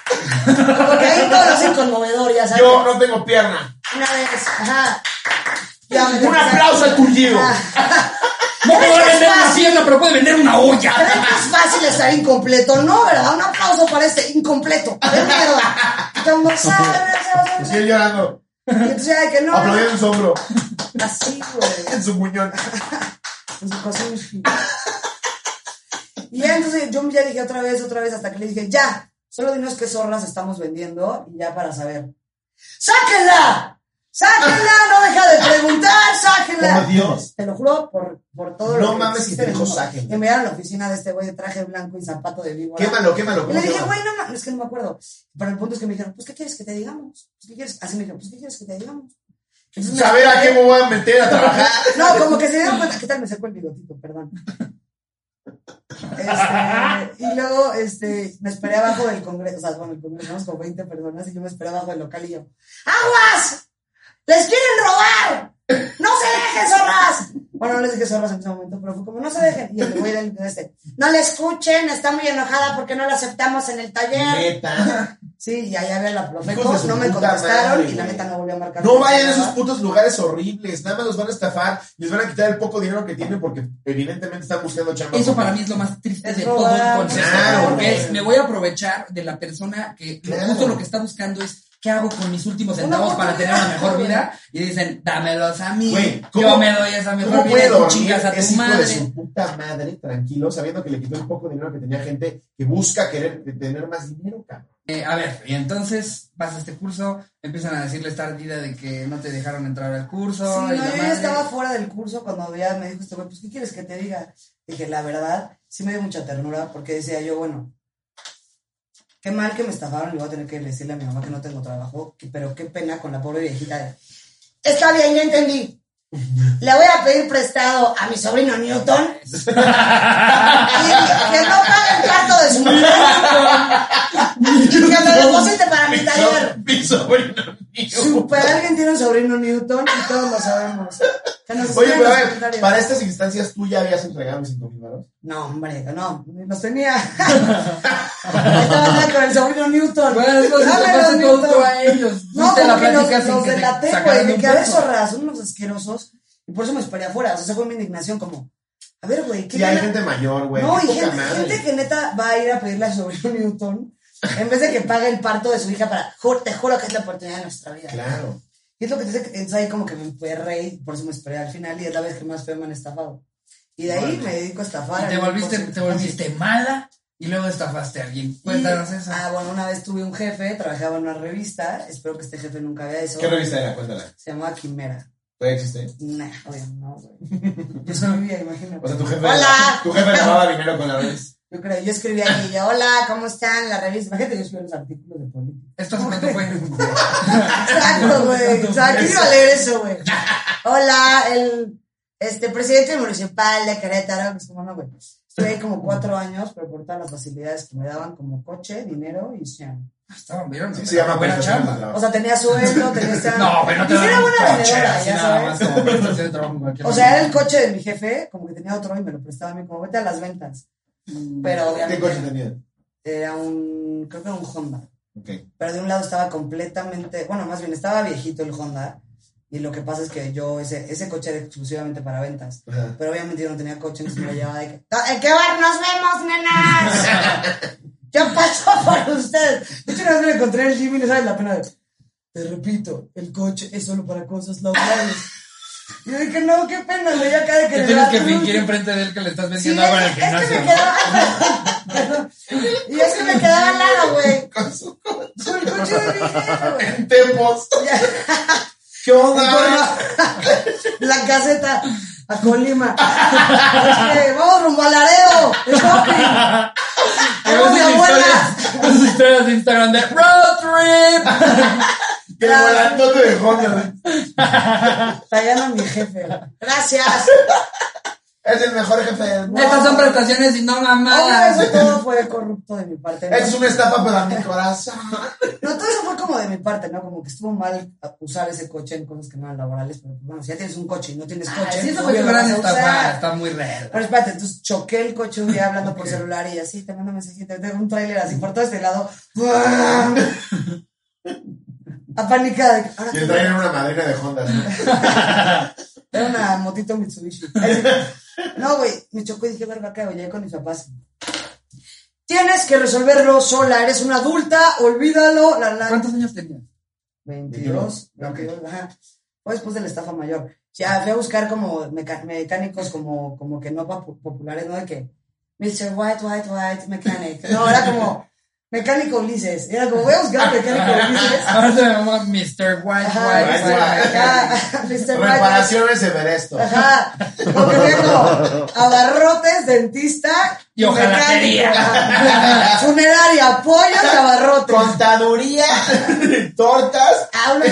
Porque ahí todo lo hace conmovedor, ya sabes. Yo no tengo pierna. Una vez, ajá. Ya me- Un aplauso al tullido. Ajá. No puedo Eso es vender una fácil. pierna, pero puede vender una olla. Pero es más fácil estar incompleto, ¿no? ¿Verdad? Un aplauso para este incompleto. De mierda. Y todo el mundo, "Sabe, sabe, Estoy sabe". llorando. Y entonces ya de que no, no, Aplaudiendo en su hombro, así, güey. en su muñón. En su cocina. Y ya entonces yo ya dije otra vez, otra vez, hasta que le dije, ya, solo dinos qué zorras estamos vendiendo y ya para saber. ¡Sáquenla! ¡Sáquenla! ¡No deja de preguntar! ¡Sáquenla! Por Oh, Dios. Te lo juro por, por todo No lo mames, existe que te en el dijo, mundo. "Sáquenla". Y me dieron a la oficina de este güey de traje blanco y zapato de víbora. Quémalo, quémalo. Y le ¿cómo dije, se llama? güey, no, ma- es que no me acuerdo. Pero el punto es que me dijeron, pues, ¿qué quieres que te digamos? Pues, ¿qué quieres? Así me dijeron, pues, ¿qué quieres que te digamos? Entonces me- Saber a qué me voy a meter a trabajar. No, como que se dieron cuenta. ¿Qué tal me saco el bigotito? Perdón. Este, y luego este, me esperé abajo del congreso, o sea, bueno, el congreso éramos como 20 personas y yo me esperé abajo del local y yo, ¡Aguas! ¡Les quieren robar! ¡No se dejen, zorras! Bueno, no les dije zorras en ese momento, pero fue como, no se dejen. Y el güey del este, no le escuchen, está muy enojada porque no la aceptamos en el taller. Neta. Sí, y ahí había la Hijos de profeco, su no me puta contestaron madre, y la güey. neta no volvió a marcar. No vayan a Nada. esos putos lugares horribles. Nada más los van a estafar. Les van a quitar el poco dinero que tienen porque evidentemente están buscando chamba. Eso para mí es lo más triste Es de todo el robar. concepto. Claro, porque güey. es, me voy a aprovechar de la persona que lo- Claro. justo lo que está buscando es qué hago con mis últimos Una centavos para tener una oportunidad, mejor güey. vida. Y dicen, dámelos a mí. Güey, yo me doy esa mejor ¿Cómo puede vida. y tú dormir chingas a ese tu hijo madre. de su puta madre tranquilo sabiendo que le quitó el poco dinero que tenía gente que busca querer tener más dinero, cabrón? Eh, a ver, y entonces vas a este curso, empiezan a decirle esta ardida de que no te dejaron entrar al curso. Sí, y no, la yo ya madre. estaba fuera del curso cuando ya me dijo este güey, pues, ¿qué quieres que te diga? Dije, la verdad, sí me dio mucha ternura porque decía yo, bueno, qué mal que me estafaron y voy a tener que decirle a mi mamá que no tengo trabajo, que- pero qué pena con la pobre viejita de, está bien, ya entendí. Le voy a pedir prestado a mi sobrino Newton y que no pague el plato de su mamá y que me deposite para mi taller. Mi sobrino mío. Super, alguien tiene un sobrino Newton y todos lo sabemos. Que Pues nos Oye, escriban pero los a ver, comentarios. para estas instancias tú ya habías entregado mis cinco mil varos? No, hombre, no, ni los tenía. Ahí estaba yo con el sobrino Newton. Bueno, entonces Dámelos, le pasaste Newton. todo a ellos. No, Fuiste a la porque los, plática sin los que te delaté, sacaran güey, de un que a ver peso. zorras, son unos asquerosos. Y por eso me esperé afuera, o sea, esa fue mi indignación, como, a ver, güey, ¿qué Sí, hay gana- gente mayor, güey. No, qué y poca gente, madre. gente que neta va a ir a pedirle a su sobrino Newton en vez de que pague el parto de su hija para, "Ju- te juro que es la oportunidad de nuestra vida. Claro. Y es lo que te dice, que- entonces ahí como que me emperré y por eso me esperé al final y es la vez que más feo me han estafado. Y de ahí me dedico a estafar. Y te a mí, volviste, por si- te volviste mala y luego estafaste a alguien. Y- Cuéntanos eso. Ah, bueno, una vez tuve un jefe, trabajaba en una revista, espero que este jefe nunca vea eso. ¿Qué revista era? Cuéntala. Se llamaba Quimera. ¿Todavía existe? Nah, oye, no, güey. Yo escribía, imagínate. O sea, tu jefe. ¡Hola! Tu jefe lavaba dinero con la revista. Yo creo, yo escribía aquí, yo, hola, ¿cómo están? La revista. Imagínate, yo escribía los artículos de política. ¿Esto hace cuánto fue? Exacto, güey. O sea, ¿quién iba a leer eso, güey? Hola, el este, presidente municipal de Querétaro, pues como no, güey. Estuve ahí como cuatro años, pero por todas las facilidades que me daban, como coche, dinero y sean. Estaban vieron. Sí, se llama buena prestación de chamba. trabajo. O sea, tenía sueldo, tenía sean. No, pero no te Y sí era daban un buena coche, vendedora, así ya nada más sabes. como prestación de trabajo en cualquier O sea, lugar. era el coche de mi jefe, como que tenía otro y me lo prestaba a mí, como vete a las ventas. Pero ¿Qué coche obviamente tenía? era un, creo que era un Honda. Ok. pero de un lado estaba completamente, bueno, más bien estaba viejito el Honda y lo que pasa es que yo ese, ese coche era exclusivamente para ventas, Ajá. pero obviamente yo no tenía coche, entonces me lo llevaba de que, "No, ¿en qué bar nos vemos, nenas? yo paso por ustedes. De hecho, una vez me lo encontré en el Jimmy, no sabes la pena de, te repito, el coche es solo para cosas laborales. Y yo dije, no, qué pena, güey, ya cae que Que le tienes da que este cruz". fingir enfrente de él que le estás Sí, es, vendiendo algo en el que- es que me gimnasio. quedaba. y es que me quedaba al lado, güey. Con su coche. Con el coche de mi jefe, güey. En Tepos. ¿Qué onda? La caseta a Colima. Es que vamos rumbo a Laredo. de shopping. Vamos de Esas abuela. historias- esas historias de Instagram de Road Trip. Que el volantote de Honda. Tallando a mi jefe. Gracias. Es el mejor jefe del mundo. Estas son prestaciones y no Ahora eso mamadas. todo fue corrupto de mi parte. ¿no? Es una estafa para mi corazón. No, todo eso fue como de mi parte, ¿no? Como que estuvo mal usar ese coche en cosas que no eran laborales, pero pues, bueno, si ya tienes un coche y no tienes coche, Ah, pues, Sí, eso obvio fue tu lo gran vas a estafa. usar. Está muy real. Pero espérate, entonces choqué el coche un día hablando por celular y así, te mando mensajito, tengo un tráiler así por todo este lado. Apanicada. de que, Ahora Y qué? el trailer era una madrina de Honda. ¿sí? Era una motito Mitsubishi. Así. No, güey, me chocó y dije, verga, ¿qué hago? Llegué con mis papás. Tienes que resolverlo sola, eres una adulta, olvídalo. La, la. ¿Cuántos años tenías? 22, 22, ajá. Fue después de la estafa mayor. Ya fui a buscar como meca- mecánicos como, como que no pa- populares, ¿no? De que Mr. White, White, White Mechanic. No, era como mecánico Ulises. Era como, voy a buscar mecánico Ulises. Ah, Ahora se llama Mr. White Ajá, White. White, White. ajá, Mr. White. Reparaciones Everesto. Ajá. Porque tengo abarrotes, dentista y ojalatería. Funeraria, pollos, abarrotes. Contaduría, tortas. Habla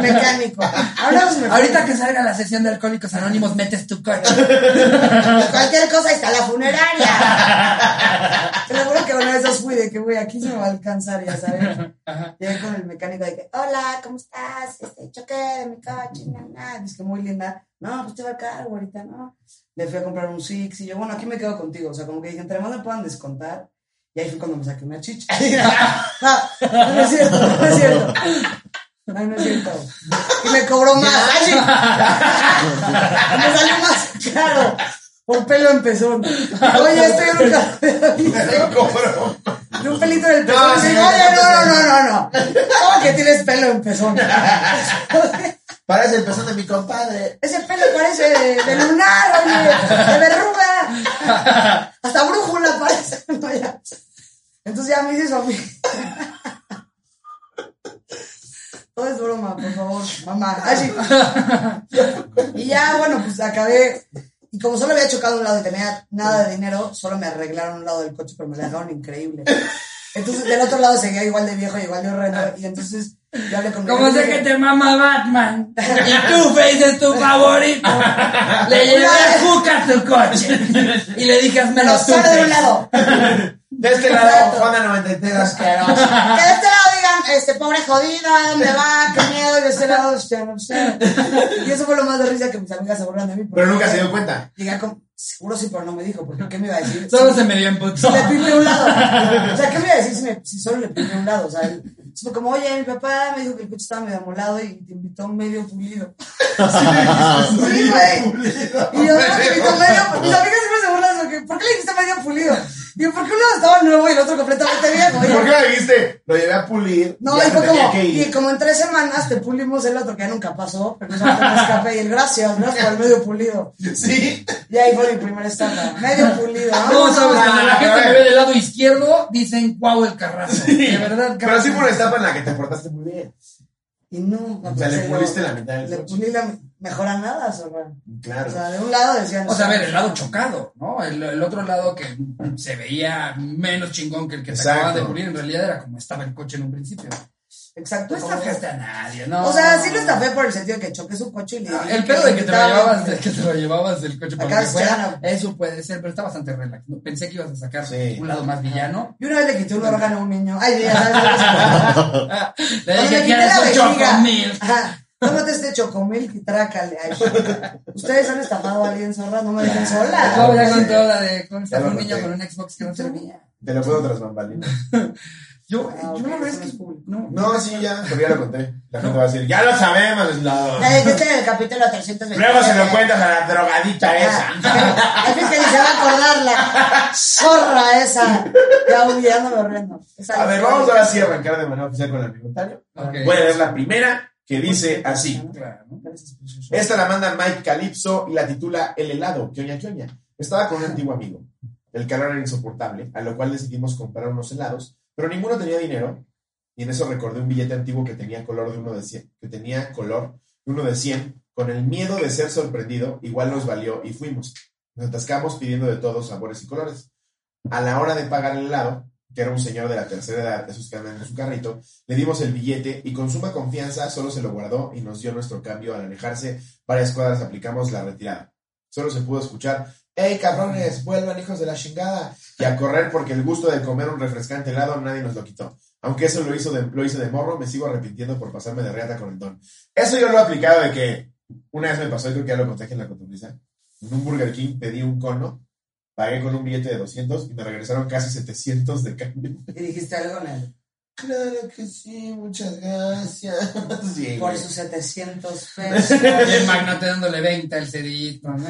mecánico. Hablamos mecánico. Ahorita que salga la sesión de Alcohólicos Anónimos, metes tu coche. Cualquier cosa ahí está la funeraria. Te lo juro que una vez os fui de que, güey, aquí no me va a alcanzar, ya sabes. Llegué con el mecánico de que, hola, ¿cómo estás? Este, choqué de mi coche, nada, nada. Dice que muy linda. No, pues te va a caer, ahorita, no. Le fui a comprar un Six y yo, bueno, aquí me quedo contigo. O sea, como que dije, entre más me puedan descontar. Y ahí fue cuando me saqué una chicha. no, no, no es cierto, no es cierto. No, no es cierto. Y me cobró más. Ay, me salió más caro. Por pelo en pezón. Oye, estoy en un café. Cobro. De un pelito del pezón. Y digo, Oye, no, no, no, no, no. ¿Cómo que tienes pelo en pezón? Parece el pezón de mi compadre. Ese pelo parece de, de lunar, oye, de verruga. Hasta brújula parece. No, ya. Entonces ya me dice Sofía. Todo es broma, por favor, mamá. Ay, sí. Y ya, bueno, pues acabé. Y como solo había chocado un lado y tenía nada de dinero, solo me arreglaron un lado del coche, pero me la dejaron increíble. Entonces, del otro lado seguía igual de viejo y igual de horrendo. Y entonces, yo hablé con mi Como amigo y sé le que dije, te mama Batman. Y tu face es tu favorito. Le llevé a Cuca tu coche. Y le dije, Pero hazmelo tú. solo de un lado. De este lado, Juana 93, asqueroso. Que de este lado digan, este pobre jodido, ¿a dónde va? Qué miedo, y de este lado, hostia, no sé. Y eso fue lo más de risa que mis amigas se burlan de mí. porque Pero nunca se dio cuenta. Llegué con, seguro sí, pero no me dijo, porque ¿qué me iba a decir? Solo se me dio en Si le pinté un lado. O sea, ¿qué me iba a decir si, me- si solo le pinté un lado? O sea, él- fue como, oye, mi papá me dijo que el coche estaba medio amolado y te invitó medio pulido. Sí, güey. Y yo, no, te invitó medio pulido. Mis amigas siempre se burlan, porque, ¿por qué le dijiste medio pulido? Digo, ¿por qué uno estaba nuevo y el otro completamente viejo? ¿Y Y- ¿Por qué lo dijiste? Lo llevé a pulir. no, ya y se fue tenía como, que y ir. como en tres semanas te pulimos el otro que nunca pasó, pero eso me escapé y el gracias, gracias por el medio pulido. Sí. Y ahí fue mi primera estampa, medio pulido. No, sabes, cuando la Ah, gente a me ver. ve del lado izquierdo, dicen, guau, el carrazo. De verdad, Pero carrazo. sí fue una etapa en la que te portaste muy bien. Y no, no O sea, le se lo- puliste la mitad del Le coche. pulí la mejora nada, zorra. O Claro. sea, de un lado decían. O sea, a ver, el lado chocado, ¿no? El, el otro lado que se veía menos chingón que el que Exacto. se acababa de pulir, en realidad era como estaba el coche en un principio. Exacto. No como- estafaste a nadie, ¿no? O sea, sí lo estafé por el sentido de que choqué su coche y le Ah, dije El pedo de que te lo invitaba- llevabas, de que te lo llevabas del coche para Acá que fuera, está. eso puede ser, pero está bastante relax. No, Pensé que ibas a sacar Sí. un lado más villano. Y una vez le quité un órgano a un niño. Ay, ya sabes. Ah, Le Cuando dije, quité ¿quieres la un vejiga. chocomil? Ajá. Tómate este chocomil y trácale. Ay, Ustedes han estafado a alguien zorra, no me dejen sola. Ah. Acabo ya con toda la de con Ya lo un niño noté. con un Xbox que no servía. Te lo puedo tras bambalinas. Yo, Ah, ok, yo la verdad es eso no que es público. no, No, sí, ya, pero ya lo conté. La gente va a decir, ya lo sabemos. lo- La de que está en el capítulo 320. Luego se lo cuentas a la drogadita esa. Al fin que ni se va a acordar la zorra esa. Ya humillándome horrendo. Esa- A ver, vamos ahora sí a arrancar de manera oficial con el anecdotario. Ok. Voy a leer la primera, que dice así. claro, ¿no? Esta la manda Mike Calypso y la titula El helado, quioña, quioña. Estaba con un antiguo amigo. El calor era insoportable, a lo cual decidimos comprar unos helados, pero ninguno tenía dinero. Y en eso recordé un billete antiguo que tenía color de uno de 100, que tenía color de uno de 100, con el miedo de ser sorprendido, igual nos valió y fuimos. Nos atascamos pidiendo de todos sabores y colores. A la hora de pagar el helado, que era un señor de la tercera edad, de sus canas en su carrito, le dimos el billete y con suma confianza solo se lo guardó y nos dio nuestro cambio al alejarse. Varias cuadras aplicamos la retirada. Solo se pudo escuchar, ¡Ey, cabrones! ¡Vuelvan, hijos de la chingada! Y a correr porque el gusto de comer un refrescante helado nadie nos lo quitó. Aunque eso lo, hizo de, lo hice de morro, me sigo arrepintiendo por pasarme de reata con el don. Eso yo lo he aplicado de que una vez me pasó, y creo que ya lo conté aquí en la cotorriza, en un Burger King pedí un cono, pagué con un billete de 200 y me regresaron casi 700 de cambio. Y dijiste algo en el. Claro que sí, muchas gracias. Sí, Por güey. sus 700 pesos. Y el magnate dándole 20 al cerillito, ¿no?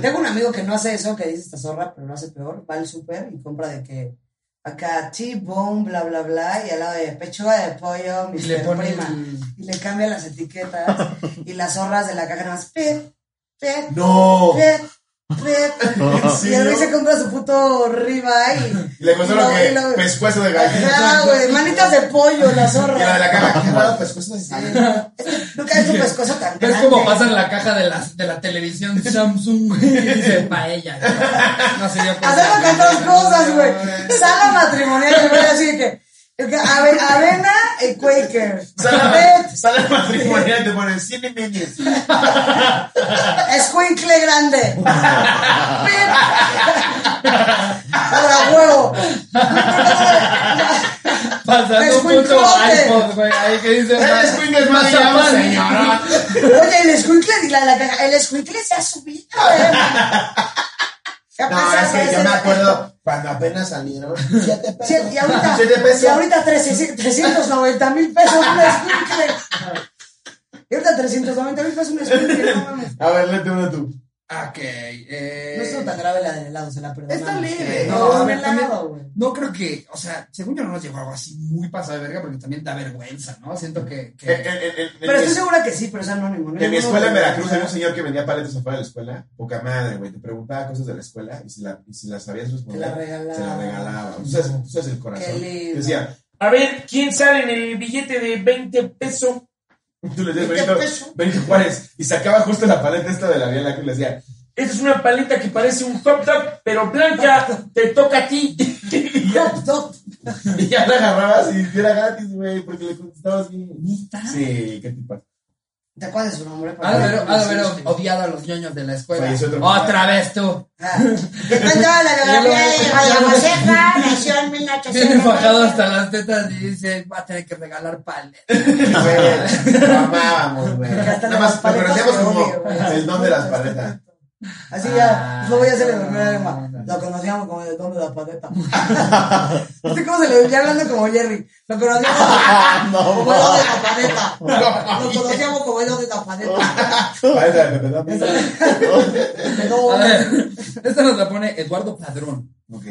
Tengo un amigo que no hace eso, que dice esta zorra, pero lo hace peor. Va al súper y compra de que acá T-bone, bla, bla, bla, y al lado de pechuga de pollo, Y Mr. le pone prima. el- Y le cambia las etiquetas y las zorras de la caja nada más. Pip, pip, No. pip, Preta. Y el güey se compra su puto ribeye. Le costó lo No, que. y lo- Pescuezo de Ah, gallina. güey, manitas de pollo, la zorra. Y la de la caja. ¿Qué raro pescuezo es? Nunca es un pescozo tan Es grande. como pasa en la caja de la, de la televisión Samsung güey, y dice paella. güey. No se dio cuenta. Hacemos con dos cosas, güey. Sala matrimonial, güey, así de que. es que ave- avena y Quaker. Sale- Sale el matrimonial y te ponen 100 menus. Escuincle grande. Pip. Ahora huevo. Pasando un Escuinclote. puto iPod, güey. Ahí que dice. El escuincle es más llamo, mazapán. señora. Oye, el escuincle, y la, la, caja- el escuincle se ha subido, güey. ¿Qué ha No, pasado? es que yo Ese- me acuerdo cuando apenas salieron. 7 Sí, pesos. y ahorita, Siete pesos. y ahorita 13 390 mil pesos un escuincle. Y ahorita 390 mil pesos un escuincle, no mames. A ver, léete uno tú. Ok. Eh, No estuvo tan grave la del helado, se la perdonamos. Está leve. No, No, a un ver, también- helado, güey. no creo que, o sea, según yo no nos llegó algo así muy pasado de verga porque también da vergüenza, ¿no? Siento que. que- En- en- en- en- Pero en- estoy segura que sí, pero es anónimo. ¿no? En mi Yo no escuela en lo- Veracruz había un señor que vendía paletas afuera de la escuela. Poca madre, güey. Te preguntaba cosas de la escuela y si, la- y si las sabías responder, Te la regalaba. se la regalaba. Tú sabes, tú sabes el corazón. Qué lindo. Decía, A ver, ¿quién sale en el billete de 20 pesos? tú le decías ¿Y qué Benito, peso? Benito Juárez y sacaba justo la paleta esta de la Vía Láctea y le decía, Esta es una paleta que parece un hot dog, pero blanca, te toca a ti. Top, top. y ya la agarrabas y era gratis, güey, porque le contestabas bien. ¿Neta? Sí, qué tipa. ¿Te acuerdas de su nombre? Ha de haber, ha de haber odiado a los ñoños de la escuela. Falleció otro- Otra vez tú. Ah, que está en toda la biografía de María Josefa, nació en Viene enfajado 1800. hasta las tetas y dice, va a tener que regalar palet. Güey, lo amábamos, güey. Porque hasta Nada las más, lo paletas conocíamos te como odio, güey. el don de las paletas. Así ya, pues lo voy a hacer el primer alma. Lo conocíamos como el don de la paleta. ¿Viste cómo se le ya hablando como Jerry? Lo conocíamos como el don de la paleta. Lo conocíamos como el don de la paleta. Paleta de Pepe Dame. No, A ver, esta nos la pone Eduardo Padrón. Ok.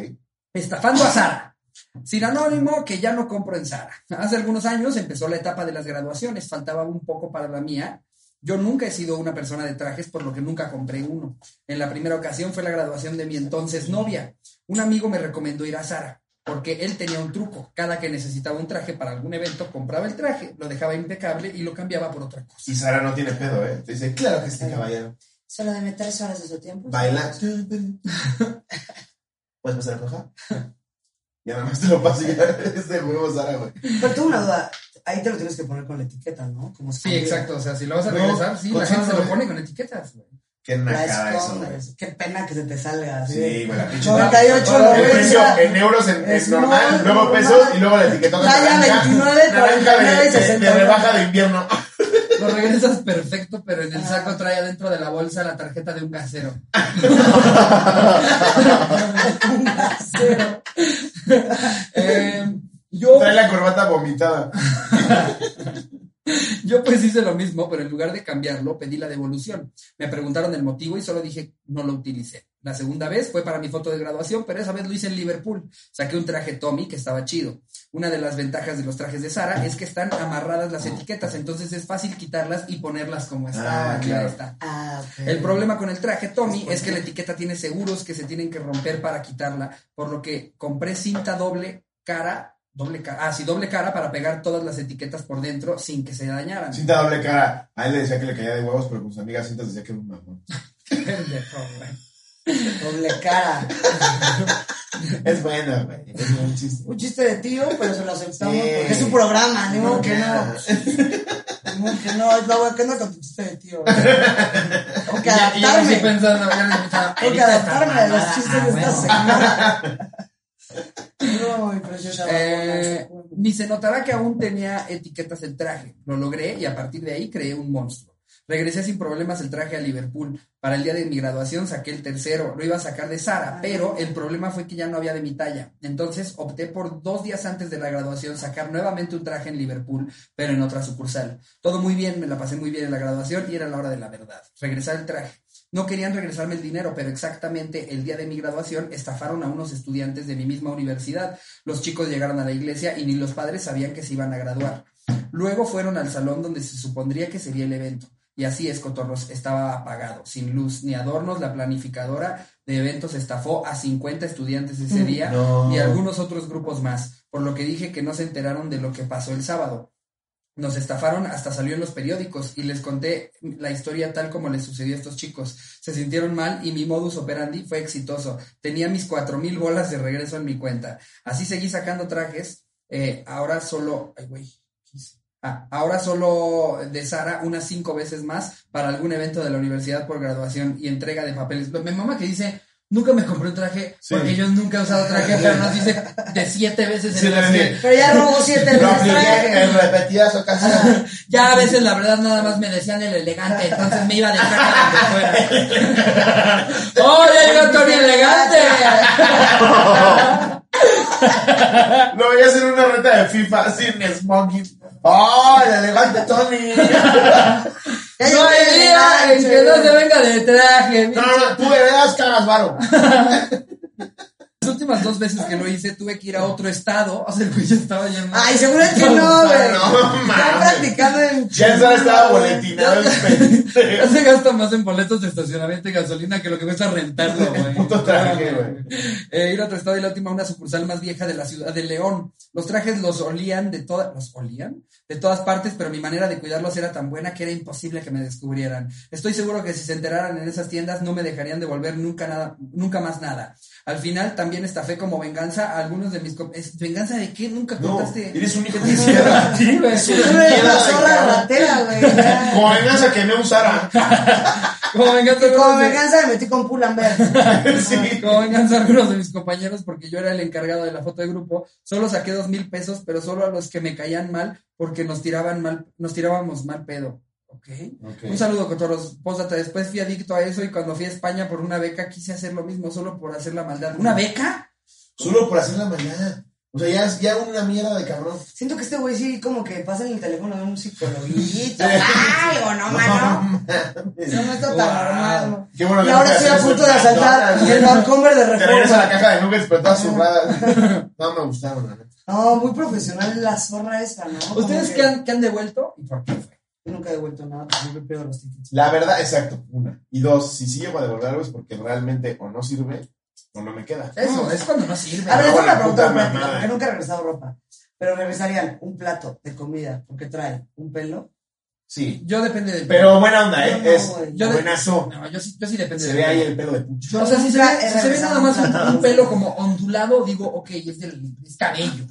Estafando a Sara. Sin anónimo que ya no compro en Sara. Hace algunos años empezó la etapa de las graduaciones, faltaba un poco para la mía. Yo nunca he sido una persona de trajes, por lo que nunca compré uno. En la primera ocasión fue la graduación de mi entonces novia. Un amigo me recomendó ir a Sara, porque él tenía un truco. Cada que necesitaba un traje para algún evento, compraba el traje, lo dejaba impecable y lo cambiaba por otra cosa. Y Sara no tiene pedo, ¿eh? Te dice, claro que sí, caballero. Solo deme tres horas de su tiempo. Baila. ¿Puedes pasar a coja? Y nada más te lo paso y ya es de huevo, Sara, güey. Pero tengo una duda. Ahí te lo tienes que poner con la etiqueta, ¿no? Como Sí, exacto. O sea, si lo vas a No, regresar, sí, la pues gente no, se lo güey. pone con etiquetas. güey. Qué La nacada eso, güey. escondes. Qué pena que se te salga. así de- Sí, güey, la pinche. 98, El precio 90. en euros, en, en Es normal, normal, luego normal. pesos y luego la etiqueta Talla 29, naranja de, 49, de- de 69. rebaja de invierno. Lo regresas perfecto, pero en el saco trae adentro de la bolsa la tarjeta de un gasero. Cero. Eh, yo, Trae la corbata vomitada. yo pues hice lo mismo, pero en lugar de cambiarlo, pedí la devolución. Me preguntaron el motivo y solo dije no lo utilicé. La segunda vez fue para mi foto de graduación, pero esa vez lo hice en Liverpool. Saqué un traje Tommy que estaba chido. Una de las ventajas de los trajes de Sara es que están amarradas las etiquetas, entonces es fácil quitarlas y ponerlas como estaban. Ya claro. está. Ah, ok. El problema con el traje Tommy Mm. es que la etiqueta tiene seguros que se tienen que romper para quitarla, por lo que compré cinta doble cara, doble cara, ah, sí, doble cara para pegar todas las etiquetas por dentro sin que se dañaran. Cinta doble cara. A él le decía que le caía de huevos, pero con sus amigas cintas decía que era un mamón. Pendejo, güey. Doble cara. Es bueno, güey. Es un chiste. Un chiste de tío, pero se lo aceptamos Sí. porque es su programa, ni modo que no. claro. Ni modo que no, es la wea que no con tu chiste de tío. güey. Tengo Y que ya- y ya estoy adaptarme. pensando, ya le escuchaba, Tengo que "Evita esta adaptarme a los mamada". chistes de Ah, esta huevo. semana. No, mi preciosa Eh, babona. ni se notará que aún tenía etiquetas el traje. Lo logré y a partir de ahí creé un monstruo. Regresé sin problemas el traje a Liverpool. Para el día de mi graduación saqué el tercero. Lo iba a sacar de Sara, pero el problema fue que ya no había de mi talla. Entonces opté por dos días antes de la graduación sacar nuevamente un traje en Liverpool, pero en otra sucursal. Todo muy bien, me la pasé muy bien en la graduación y era la hora de la verdad. Regresar el traje. No querían regresarme el dinero, pero exactamente el día de mi graduación estafaron a unos estudiantes de mi misma universidad. Los chicos llegaron a la iglesia y ni los padres sabían que se iban a graduar. Luego fueron al salón donde se supondría que sería el evento. Y así es, Cotorros, estaba apagado, sin luz ni adornos. La planificadora de eventos estafó a 50 estudiantes ese Mm. día No. y algunos otros grupos más, por lo que dije que no se enteraron de lo que pasó el sábado. Nos estafaron hasta salió en los periódicos y les conté la historia tal como les sucedió a estos chicos. Se sintieron mal y mi modus operandi fue exitoso. Tenía mis cuatro mil bolas de regreso en mi cuenta. Así seguí sacando trajes. eh, ahora solo. Ay, güey. ¿qué hice? Ah, ahora solo de Sara unas cinco veces más para algún evento de la universidad por graduación y entrega de papeles. Mi mamá que dice. Nunca me compré un traje Sí. porque yo nunca he usado traje, pero nos dice de siete veces en las que- Pero ya robó siete Lo veces. apliqué en repetidas ocasiones. ya a veces la verdad nada más me decían el elegante, entonces me iba de caca donde fuera. ¡Oh, ya llegó Tony elegante! Lo voy a hacer una reta de FIFA sin smoking. ¡Oh, el elegante Tony! No hay día en que no se venga de traje. No, no, no, tú de veras cagas varo. Las últimas dos veces que lo hice tuve que ir a otro estado, o sea, el güey ya estaba yendo. Ay, seguro es que no, güey. No, Están mames. practicando en. Jensen estaba boletinado el Ya pendejo. se gasta más en boletos de estacionamiento y gasolina que lo que cuesta rentarlo, güey. Puto traje, güey. Eh, ir a otro estado y la última, una sucursal más vieja de la ciudad de León. Los trajes los olían de todas, ¿los olían? De todas partes, pero mi manera de cuidarlos era tan buena que era imposible que me descubrieran. Estoy seguro que si se enteraran en esas tiendas no me dejarían devolver nunca nada, nunca más nada. Al final también estafé como venganza a algunos de mis... co- ¿Es ¿Venganza de qué? Nunca No, contaste. eres un hijo de izquierda. Sí, güey. Seguro le pasó la ratera, güey. ya. Como venganza que me usara. Como venganza de Como algunos de- venganza me metí con Pull&Bear. Sí. Como venganza a algunos de mis compañeros porque yo era el encargado de la foto de grupo, solo saqué dos mil pesos, pero solo a los que me caían mal porque nos tiraban mal, nos tirábamos mal pedo. ¿Ok? Un saludo, Cotorros. Pósdata. Después fui adicto a eso y cuando fui a España por una beca quise hacer lo mismo solo por hacer la maldad. ¿Una beca? Solo por hacer la mañana. O sea, ya, es- ya una mierda de cabrón. Siento que este güey sí, como que pasa en el teléfono de un psicologuito. Algo, no, mano. No, no está tan normal. ¿no? Qué bueno Y que ahora nunca estoy a hacías punto de eso, asaltar McDonald's, el güey. Vancomer Te de regresa la reforma. caja de nuggets, pero todas zurradas. No me gustaron, la neta. No, muy profesional la zorra esa, ¿no? Como ¿Ustedes qué han, qué han devuelto? ¿Y por qué fue? Yo nunca he devuelto nada, pues siempre pierdo los tickets. La verdad, exacto, una. Y dos, si sí llego a devolverlo es porque realmente o no sirve o no me queda. Eso, es cuando no sirve. A ver, no, es la una puta pregunta práctica, mamada. porque nunca he regresado ropa. Pero regresarían un plato de comida, porque trae un pelo. Sí. Yo depende del Pero buena onda, ¿eh? No, no, es güey. Yo de- buenazo. No, yo sí, yo sí depende Se del ve ahí pelo. el pelo de pucho. O sea, si se Nunca ve, he si se ve nada regresado más un un, plato. un pelo como ondulado, digo, ok, es del es cabello.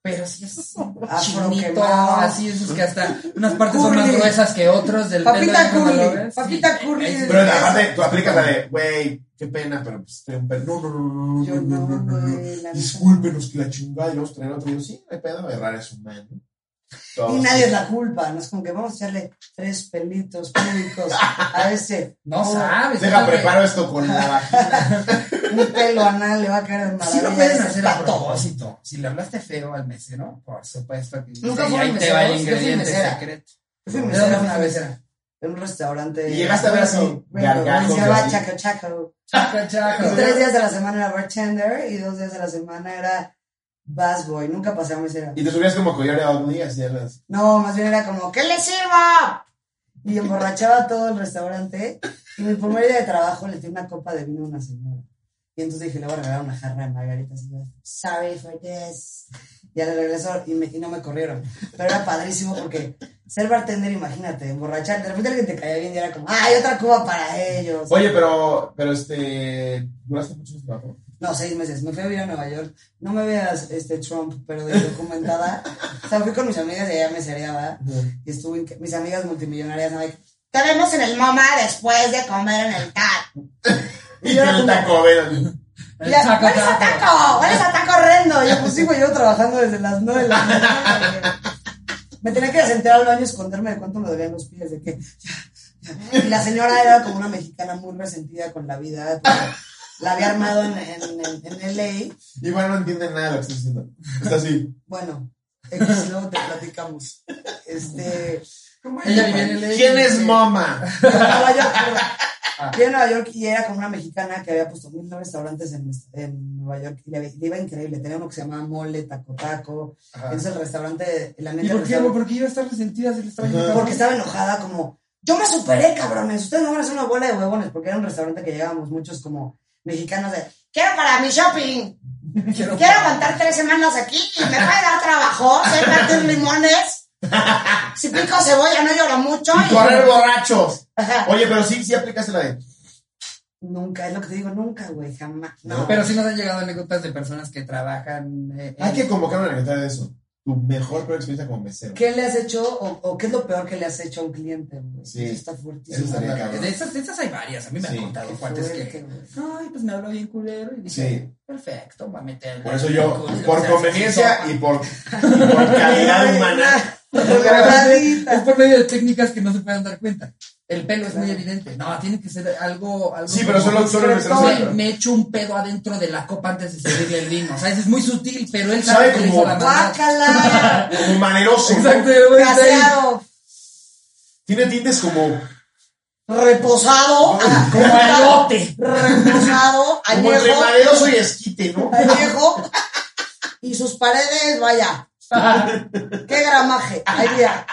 Pero si es Afro chinito, quemado. así es, es que hasta unas partes son más Curly. gruesas que otras del Papita pelo. cuando lo curly, ves, papita sí. curly. Ahí sí. Pero aparte, tú aplicas la de, güey, qué pena, pero pues trae un pelo. No, no, no, Yo no, no, no, no, no, no, güey, no. la neta. Discúlpenos que la chingada y vamos a traer otro. Y yo, sí, no hay pedo, errar es humano. Todos. Y nadie es la culpa, no es como que vamos a echarle tres pelitos públicos a ese. No sabes. Deja, creo que- preparo esto con la vagina. Un pelo anal le va a caer en Sí maravilla. lo pueden ese hacer a pato. propósito. Si le hablaste feo al mesero, por supuesto que Nunca y fui ahí te mesero, va el yo fui ingrediente mesera. secreto. Yo fui Yo mesera no fui una vez mesera. en un restaurante. Y llegaste a ver así, Bueno, gargajos Se llama así. Chaco Chaco. Chaca, chaca. Y tres días de la semana era bartender y dos días de la semana era bus boy. Nunca pasé a mesera. Y te subías como collar de algún día, así a las. No, más bien era como, ¿qué le sirvo? Y emborrachaba todo el restaurante. Y mi primer día de trabajo le di una copa de vino a una señora. Y entonces dije, le voy a regalar una jarra de margaritas. Y yo, sorry for this. Y al regreso, y, me- y no me corrieron. Pero era padrísimo porque ser bartender, imagínate, emborrachar. De repente alguien te caía bien y era como, ¡ay, otra copa para ellos! Oye, pero, pero este. ¿Duraste mucho en el trabajo? No, seis meses. Me fui a vivir a Nueva York. No me veas este Trump, pero de documentada. o sea, fui con mis amigas y allá me seriaba. Y estuve, inca- mis amigas multimillonarias, ¿no? Like, Te vemos en el MoMA después de comer en el TAC. Y yo el taco, ¿verdad? Y ya, ¿Cuál es el taco? ¿Cuál es el taco horrendo? Y yo, pues sí, güey, yo trabajando desde las nueve de la mañana. güey. Me tenía que sentar al baño a esconderme de cuánto me dolían los pies, de que... Y la señora era como una mexicana muy resentida con la vida. porque La había armado en, en, en, en LA. Igual no entienden nada de lo que estás diciendo. Está así. Bueno, X, luego te platicamos. Este. Ella vivía en el ¿Quién es mama? Yo en Nueva York, perdón. Yo en Nueva York y era como una mexicana que había puesto mil restaurantes en, en Nueva York y le, le iba increíble. Tenía uno que se llamaba Mole, Taco Taco. Entonces el restaurante, la ¿Y neta. el por qué, restaurante- ¿Por qué iba a estar resentida si le estaba Ajá. invitando? porque estaba enojada, como Yo me superé, cabrones. Ustedes no van a hacer una bola de huevones, porque era un restaurante que llegábamos muchos como mexicanos de quiero para mi shopping. Quiero, aguantar tres semanas aquí y me va a dar trabajo, soy parte de limones. Si pico cebolla no lloro mucho. Y correr borrachos. Oye, pero sí, sí aplicaste la de. Nunca, es lo que te digo, nunca, güey, jamás. No. Pero sí nos han llegado anécdotas de personas que trabajan. eh, Hay en- que convocar una anécdota de eso. Tu mejor peor experiencia como mesero. ¿Qué le has hecho o, o qué es lo peor que le has hecho a un cliente? güey? Sí. Eso está Eso fuertísimo. estaría cabrón. De esas, de esas hay varias, a mí me Sí. han contado Fuerte, cuates que. güey. Ay, pues me habló bien culero y dije, Sí. perfecto, va a meter. Por eso yo, culero, o por sea, conveniencia sí, y por, y por calidad humana. Pobrecita. Es por medio de técnicas que no se pueden dar cuenta. El pelo es muy evidente. No, tiene que ser algo. algo Sí, pero solo- solo el mesero me, sabe. me echo un pedo adentro de la copa antes de servirle el vino. O sea, eso es muy sutil, pero él Sabe sabe, que le como hizo la maldad. ¡Guácala! Como maneroso. ¿no? Exacto, güey, está ahí. ¡Caseado! Tiene tintes como, ¡Reposado! como elote. ¡Reposado! Como entre ¡Añejo! maderoso y esquite, ¿no? ¡Añejo! Y sus paredes, vaya. ¡Qué gramaje! ¡Ay, mira!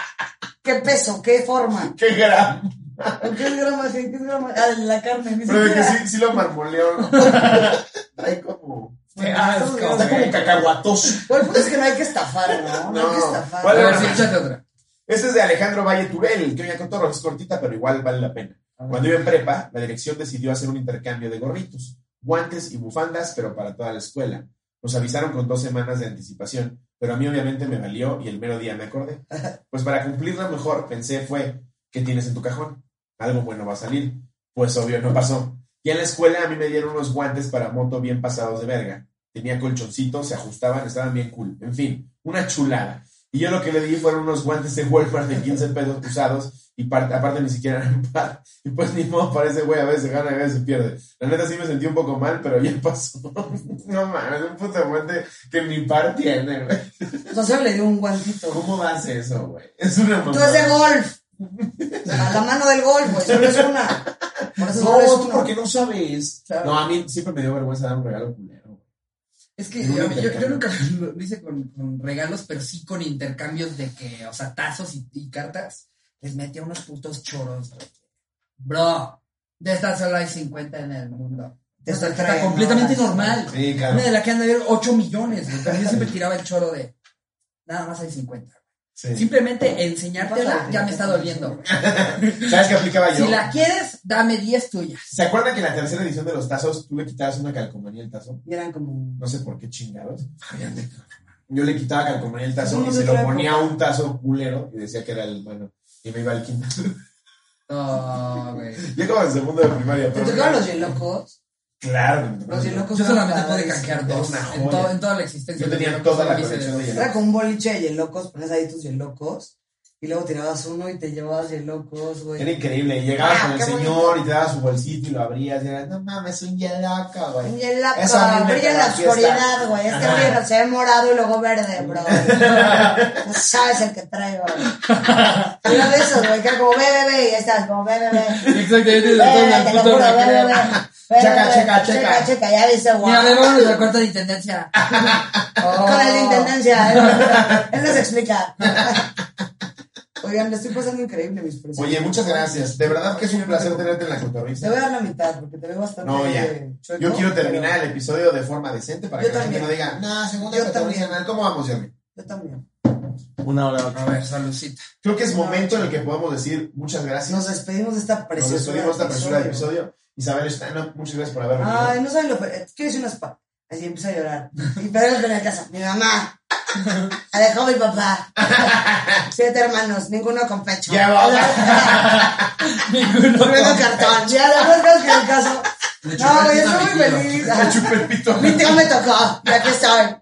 ¡Qué peso! ¡Qué forma! Qué gran. ¿Qué es gramaje? ¿Qué es gramaje? Ah, la carne. ni Pero de que siquiera. sí, sí lo marmoleó. ¿no? Trae como. Qué asco, "Ah, Está como güey. cacahuatoso. Bueno, el punto es que no hay que estafar, ¿no? No, hay que No. estafar. A ¿Cuál ver, sí, échate otra. Este es de Alejandro Valle Turel, que hoy ya contó, es cortita, pero igual vale la pena. Cuando iba en prepa, la dirección decidió hacer un intercambio de gorritos, guantes y bufandas, pero para toda la escuela. Nos avisaron con dos semanas de anticipación, pero a mí obviamente me valió y el mero día me acordé. Pues para cumplirla mejor, pensé fue, ¿qué tienes en tu cajón? Algo bueno va a salir. Pues obvio, no pasó. Y en la escuela a mí me dieron unos guantes para moto bien pasados de verga. Tenía colchoncitos, se ajustaban, estaban bien cool. En fin, una chulada. Y yo lo que le di fueron unos guantes de Walmart de 15 pesos usados y par- aparte ni siquiera eran par. Y pues ni modo, parece güey, a veces gana, a veces pierde. La neta sí me sentí un poco mal, pero ya pasó. no mames, un puto guante que ni par tiene, güey. O sea, se le dio un guantito. ¿Cómo vas eso, güey? Es una mamá. Tú es de golf. A la mano del golf, güey. Solo es una. Por eso solo es No, tú una. porque no sabes. Claro. No, a mí siempre me dio vergüenza dar un regalo culero. güey. Es que En un yo, yo- intercambio. yo nunca lo lo hice con, con regalos, pero sí con intercambios de que, o sea, tazos y, y cartas. Les metía unos putos choros, güey. Bro, de estas solo hay 50 en el mundo. Te O sea, estoy está creyendo, completamente ahora sí. normal. Sí, claro. Una de las que han de haber 8 millones, güey. Pero Yo siempre tiraba el choro de, nada más hay 50. Sí. Simplemente enseñártela ya me está doliendo. güey. ¿Sabes qué aplicaba yo? Si la quieres, dame 10 tuyas. ¿Se acuerdan que en la tercera edición de los tazos tú le quitabas una calcomanía al tazo? Y eran como. No sé por qué chingados. Yo le quitaba calcomanía al tazo No, y no se te lo traigo. ponía a un tazo culero y decía que era el bueno. Y me iba al quinto. No, güey. Yo como en segundo de primaria. ¿Te Pero tocaron los yelocos? Claro. que me tocaron. Los yelocos. Yo eran solamente pude padres. canjear dos Una en, joya. todo- en toda la existencia. Yo tenía Yo toda solo la hice colección de dos. Era yelocos. Ah, con un boliche de yelocos, ponías ahí tus yelocos. Y luego tirabas uno y te llevabas yelocos, Era güey. increíble. Y Llegabas Ah, con el qué señor y te daba su bolsito y lo abrías. Y era, no mames, un yeloco, güey. Un yelaco, Eso a mí me brilla en cagó la fiesta. oscuridad, güey. Este Ajá. brillo se ve morado y luego verde, bro. No sabes el que traigo, güey. Uno de esos, güey, que era como ve, ve, ve, y ahí estás, como ve, ve, ve. Exactamente, Ve, ve, te lo juro, ve, ve, ve. Ve, Checa, ve, ve. checa, checa. checa, ya viste, guau. Mira, a ver, vámonos al cuarto de intendencia. Con el de intendencia, él, él nos explica. Oigan, le estoy pasando increíble mis precios. Oye, muchas gracias. De verdad que es un placer tenerte en la Te cotorrisa. voy a dar la mitad porque te veo bastante. No, ya. chueco, Yo quiero terminar pero- el episodio de forma decente para Yo que la gente no también. diga, no, segunda Yo cotorrisa, también. ¿no? ¿cómo vamos, Jeremy? Yo también. Una hora. A ver, saludcita. Creo que es momento en el que podemos decir muchas gracias. Nos despedimos de esta Nos preciosa. despedimos de esta presura de episodio. Isabel Stano, muchas gracias por haber venido. Ay, no saben lo. pe- Quiero decir unas. pa- Así empieza a llorar. Y Pedro en la casa. Mi mamá. Alejó a mi papá. Siete hermanos, ninguno con pecho. Ya va. Ninguno. Tremendo cartón. Ya, la verdad es que en el caso. No, güey, estoy muy feliz. Me chupé el pito. Mi tío me tocó. Y aquí estoy.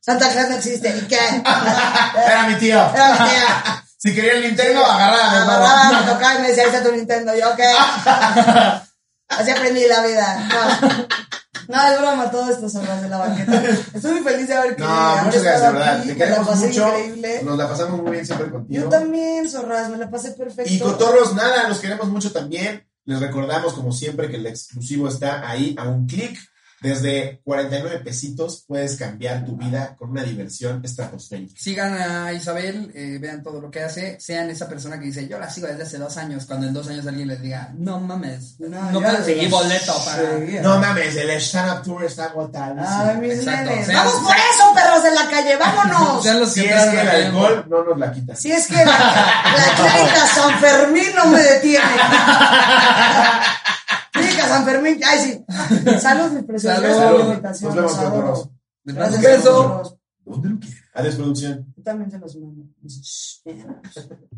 Santa Claus no existe. ¿Y qué? Era mi tío. Era mi tía. Si quería el Nintendo, agarraba. Agarraba, me tocaba y me decía, ahí está tu Nintendo. Yo, ¿qué? Así aprendí la vida. No, no es broma, todo esto son las de la banqueta. Estoy muy feliz de haber que No, haber muchas gracias, de estado verdad. aquí, Te me la queremos pasé mucho. increíble. Nos la pasamos muy bien siempre contigo. Yo también, zorras, me la pasé perfecto. Y cotorros, nada, los queremos mucho también. Les recordamos, como siempre, que el exclusivo está ahí a un clic. Desde 49 pesitos puedes cambiar tu vida con una diversión estratosférica. Sigan a Isabel, eh, vean todo lo que hace, sean esa persona que dice, yo la sigo desde hace dos años, cuando en dos años alguien les diga, no mames, no, yo conseguí la boleto para... seguía. No mames, el stand-up tour está agotado. Ay, mis Exacto, nenes. sean- Vamos por eso, perros en la calle, vámonos. Sean los Si que es entraron que el a la calle. alcohol no nos la quita. Si es que la, la clínica San Fermín no me detiene. clínica San Fermín, ay sí. Salud, mi presidente. Salud. Gracias por la Salud. invitación, Nos vemos, los adoro. perros. Les mando Gracias, un beso. perros. Adiós, producción. Yo también se los mando. Shh.